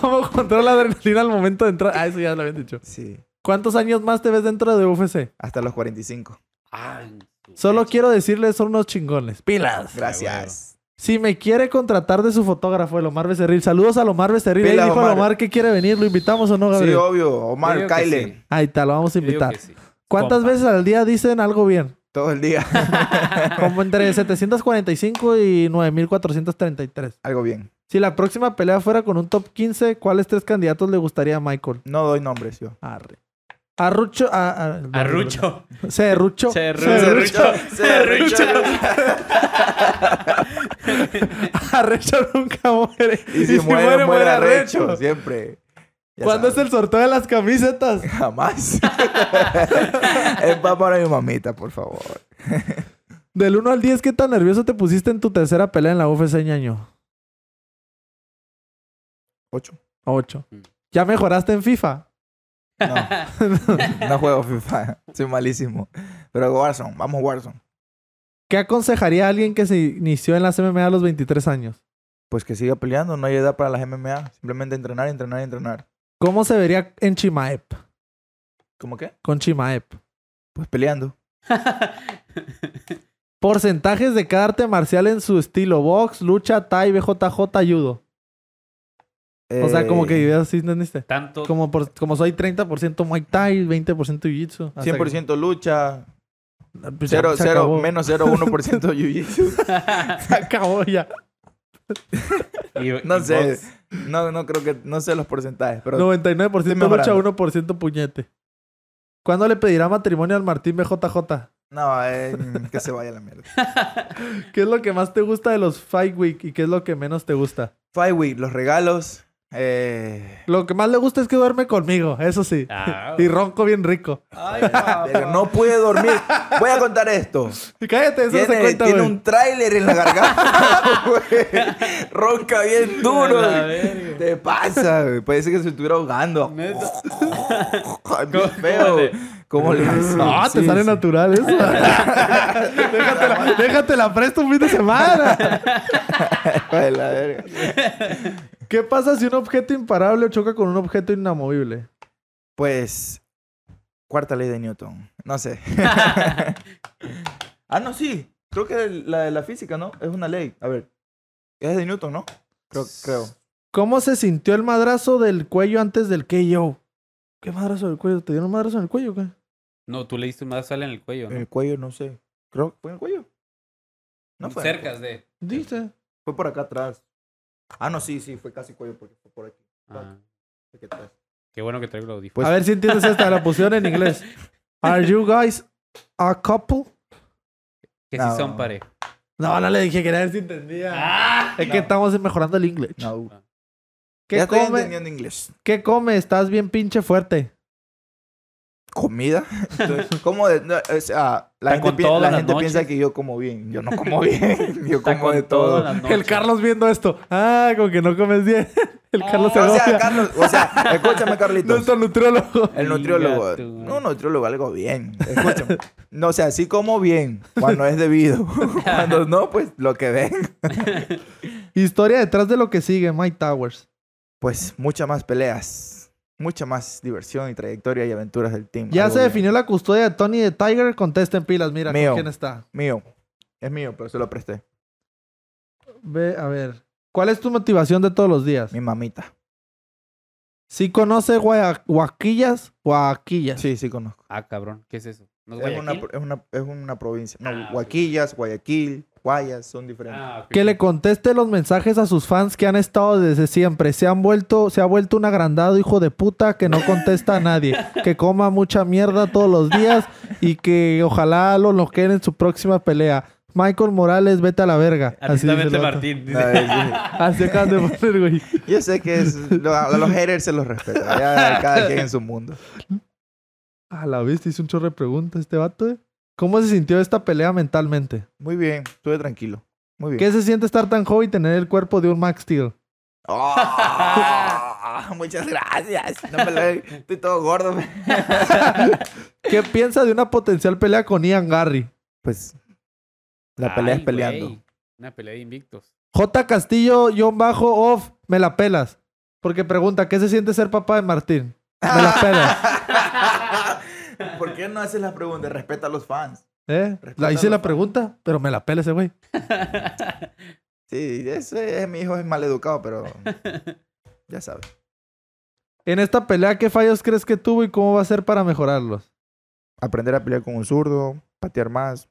¿Cómo controla la adrenalina al momento de entrar? Ah, eso ya lo habían dicho. sí. ¿Cuántos años más te ves dentro de UFC? Hasta los 45. Ay, Ah, su Solo leche. quiero decirles, son unos chingones. Pilas. Gracias. Si me quiere contratar de su fotógrafo, el Omar Becerril. Saludos al Omar Becerril. Ahí Pilas, dijo el Omar. Omar que quiere venir. ¿Lo invitamos o no, Sí, Gabriel? obvio. Yo Omar, Ah, digo que Kyle. sí. Ahí está, lo vamos a Yo digo invitar. que sí. ¿Cuántas Compa. veces al día dicen algo bien? Todo el día. Como entre 745 y 9433. Algo bien. Si la próxima pelea fuera con un top 15, ¿cuáles tres candidatos le gustaría a Michael? No doy nombres yo. Arre. Arrucho. a- a- Arrucho. Serrucho. Cerrucho. Cerrucho. Arrecho nunca muere. Y si, muere, muere, arrecho. Siempre. Ya ¿Cuándo es sabes. el sorteo de las camisetas? Jamás. es pa- para mi mamita, por favor. Del 1 al 10, ¿qué tan nervioso te pusiste en tu tercera pelea en la UFC, ñaño? Ocho. 8. Mm. ¿Ya mejoraste en FIFA? No. no juego FIFA. Soy malísimo. Pero Warzone. Vamos Warzone. ¿Qué aconsejaría a alguien que se inició en las MMA a los 23 años? Pues que siga peleando, no hay edad para las MMA. Simplemente entrenar, entrenar, entrenar. ¿Cómo se vería en Chimaep? ¿Cómo qué? Con Chimaep. Pues peleando. Porcentajes de cada arte marcial en su estilo: box, lucha, tai, BJJ, judo. O Eh, sea, como que ideas, ¿sí entendiste? Tanto. Como, por- como soy 30% Muay Thai, 20% Jiu-Jitsu. Hasta que- 100% lucha, Pues ya 0, se acabó. menos 0, 1% jiu-jitsu. Se acabó ya. y- y No sé. box. No, no creo que, no sé los porcentajes, pero 99% estoy lucha, mejorando. 1% puñete. ¿Cuándo le pedirá matrimonio al Martín BJJ? no, eh, que se vaya a la mierda. ¿Qué es lo que más te gusta de los Fight Week y qué es lo que menos te gusta? Five Week, los regalos. Eh, Lo que más le gusta es que duerme conmigo, eso sí. Ah. y ronco bien rico. pero no pude dormir. Voy a contar esto. Y cállate, eso no se Tiene, cuenta, tiene güey. un tráiler en la garganta, güey. Ronca bien duro. A la güey. verga. Te pasa, güey. Parece que se estuviera ahogando. Neta. Ay, bien feo. le- ¿Cómo le hace? No, te Sí, sale sí. natural eso. déjatela, déjatela presto un fin de semana. Ay, la verga. ¿Qué pasa si un objeto imparable choca con un objeto inamovible? Pues. Cuarta ley de Newton. No sé. ah, no, sí. Creo que la de la física, ¿no? Es una ley. A ver. Es de Newton, ¿no? Creo. creo. ¿Cómo se sintió el madrazo del cuello antes del KO? ¿Qué madrazo del cuello? ¿Te dieron un madrazo en el cuello o qué? No, tú le diste un madrazo a alguien en el cuello. En ¿no? el cuello, no sé. Creo que fue en el cuello. No fue. en el Cercas de. Dice. cuello. Fue por acá atrás. Ah, no, sí, sí. Fue casi cuello porque fue por aquí. Ah, Fue aquí atrás. qué bueno que traigo los audífonos. Pues- a ver si entiendes esta, la pusieron en inglés. ¿Are you guys a couple? Que no. si son pareja. No, no le dije, quería ver si entendía. ¡Ah! es que estamos mejorando el inglés. No. Ya ¿Qué, estoy come, entendiendo inglés. ¿Qué come? Estás bien pinche fuerte. ¿Comida? Entonces, ¿Cómo de.? no, o sea, Está la gente, con pi- todo la las gente noches. piensa que yo como bien. Yo no como bien. Yo Está como con de todo. todas las El noches. Carlos viendo esto. Ah, con que no comes bien. El Carlos se Ah, O sea, agobia. Carlos, o sea, escúchame, Carlitos. Nuestro nutriólogo. El nutriólogo. Gato. No, un nutriólogo, algo bien. Escúchame. No, o sea, sí como bien cuando es debido. Cuando no, pues lo que ven. Historia detrás de lo que sigue, Mike Towers. Pues muchas más peleas. Mucha más diversión y trayectoria y aventuras del team. Ya Algo se bien. definió la custodia de Tony de Tiger. Contesten pilas, mira con Mío. quién está. Mío. Es mío, pero se lo presté. Ve, a ver. ¿Cuál es tu motivación de todos los días? Mi mamita. Si conoce Guaya- Guaquillas, Guaquillas. Sí, sí conozco. Ah, cabrón. ¿Qué es eso? ¿No es Es una, Guayaquil? pro- es, una, es una provincia. No, Ah, ok. Guaquillas, Guayaquil, Guayas son diferentes. Ah, ok. Que le conteste los mensajes a sus fans que han estado desde siempre. Se han vuelto, se ha vuelto un agrandado hijo de puta que no contesta a nadie. Que coma mucha mierda todos los días y que ojalá lo noqueen en su próxima pelea. Michael Morales, vete a la verga. dice el Atentamente, vato. Martín. dice. Ay, sí. Así acaban de poner, güey. Yo sé que es- lo- a los haters se los respeta. Ya cada quien en su mundo. A la vez hizo un chorro de preguntas este vato, eh. ¿Cómo se sintió esta pelea mentalmente? Muy bien, estuve tranquilo. Muy bien. ¿Qué se siente estar tan joven y tener el cuerpo de un Max Steel? ¡Ah! muchas gracias. No me lo- estoy todo gordo. ¿Qué piensa de una potencial pelea con Ian Garry? Pues la pelea Ay, es peleando. güey. Una pelea de invictos. J. Castillo, John Bajo, off, me la pelas. Porque pregunta, ¿qué se siente ser papá de Martín? Me la pelas. ¿Por qué no haces las preguntas? Respeta a los fans. ¿Eh? Respeta La hice a los la pregunta, pero me la pela ese güey. Sí, ese es, mi hijo es maleducado, pero ya sabes. En esta pelea, ¿qué fallos crees que tuvo y cómo va a ser para mejorarlos? Aprender a pelear con un zurdo, patear más.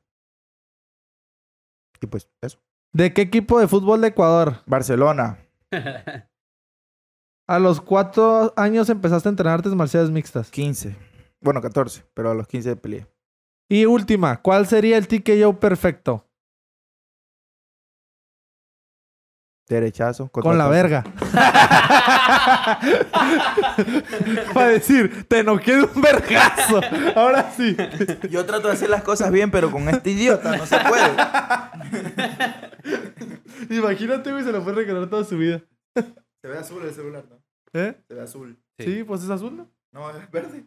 Y pues eso. ¿De qué equipo de fútbol de Ecuador? Barcelona. A los cuatro años empezaste a entrenar artes marciales mixtas. 15. Bueno, 14, pero a los 15 peleé. Y última, ¿cuál sería el TKO perfecto? Derechazo. Con la contratazo. verga. Ah, Para decir, te noqué de un vergazo. Ahora sí. Yo trato de hacer las cosas bien, pero con este idiota no se puede. Imagínate, güey, se lo fue a recargar toda su vida. Se ve azul el celular, ¿no? ¿Eh? Se ve azul. Sí, pues es azul, ¿no? No, es verde.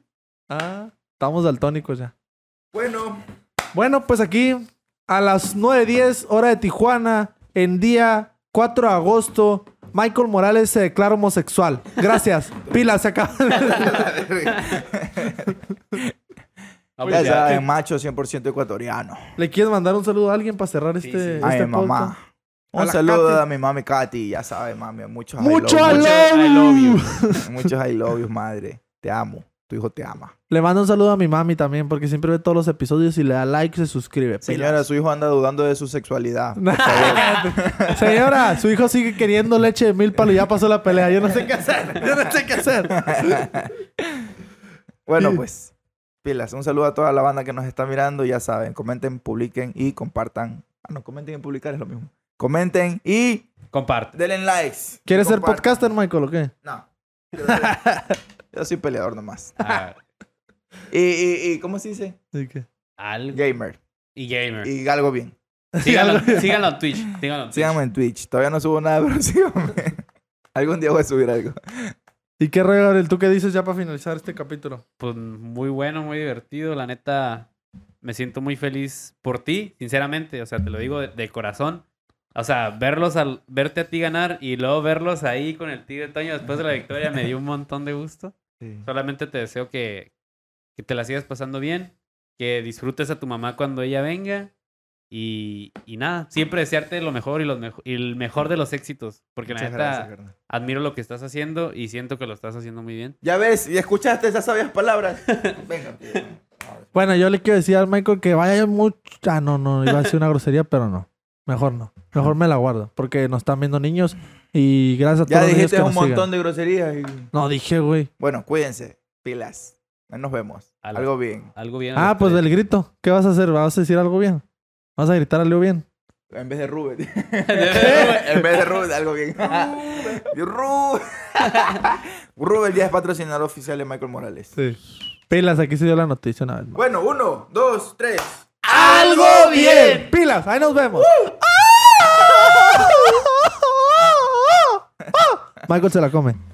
Ah, estamos daltónicos ya. Bueno, Bueno, pues aquí a las 9.10 hora de Tijuana, en día 4 de agosto, Michael Morales se declara homosexual. Gracias. Pila, se acaba. Ah, pues Ya ya. saben, macho 100% ecuatoriano. ¿Le quieres mandar un saludo a alguien para cerrar este, sí. este A mi podcast? mamá. A Un la saludo Katy. a mi mami Katy, ya sabes, mami. Muchos I Mucho love I you. I love you. Muchos I love you, madre. Te amo. Tu hijo te ama. Le mando un saludo a mi mami también, porque siempre ve todos los episodios y le da like y se suscribe. Señora, su hijo anda dudando de su sexualidad. Pila. Señora, su hijo sigue queriendo leche de mil palos y ya pasó la pelea. Yo no sé qué hacer. Yo no sé qué hacer. Bueno, pues, pilas. Un saludo a toda la banda que nos está mirando. Ya saben, comenten, publiquen y compartan. Ah, no, comenten y publicar es lo mismo. Comenten y Comparte. denle likes. ¿Quieres ser Compartan. podcaster, Michael, o qué? No. Yo soy- Yo soy peleador nomás. Ah, Y, y, y ¿cómo se dice? ¿Y qué? algo. Gamer. Y gamer. Y algo bien. Síganlo, síganlo en Twitch. Síganlo en Twitch. Síganme en Twitch. Todavía no subo nada, pero síganme. Algún día voy a subir algo. ¿Y qué rollo, Gabriel? ¿Tú qué dices ya para finalizar este capítulo? Pues muy bueno, muy divertido. La neta, me siento muy feliz por ti, sinceramente. O sea, te lo digo de, de corazón. O sea, verlos al, verte a ti ganar y luego verlos ahí con el tigre Toño después de la victoria me dio un montón de gusto. Solamente te deseo que, que te la sigas pasando bien, que disfrutes a tu mamá cuando ella venga y, y nada, siempre desearte lo mejor y, los mejo- y el mejor de los éxitos. Porque la Muchas neta, gracias, carnal. admiro lo que estás haciendo y siento que lo estás haciendo muy bien. Ya ves, y escuchaste esas sabias palabras. Venga. Bueno, yo le quiero decir al Michael que vaya mucho. Ah, no, no, iba a decir una grosería, pero no. Mejor no. Mejor me la guardo, porque nos están viendo niños y gracias a todos Ya los niños dijiste que un nos montón sigan. de groserías. y- No, dije, güey. Bueno, cuídense. Pilas. Nos vemos. A la- Algo bien. Algo bien. a Ah, los pues tres. del grito. ¿Qué vas a hacer? ¿Vas a decir algo bien? ¿Vas a gritar algo bien? En vez de Rubén. en vez de Rubén, algo bien. Yo, Rubén. Rubén ya es patrocinador oficial de Michael Morales. Sí. Pilas, aquí se dio la noticia una vez más. Bueno, uno, dos, tres. ¡Algo bien! ¡Uh! Pilas, ahí nos vemos. ¡Ah! Michael se la come.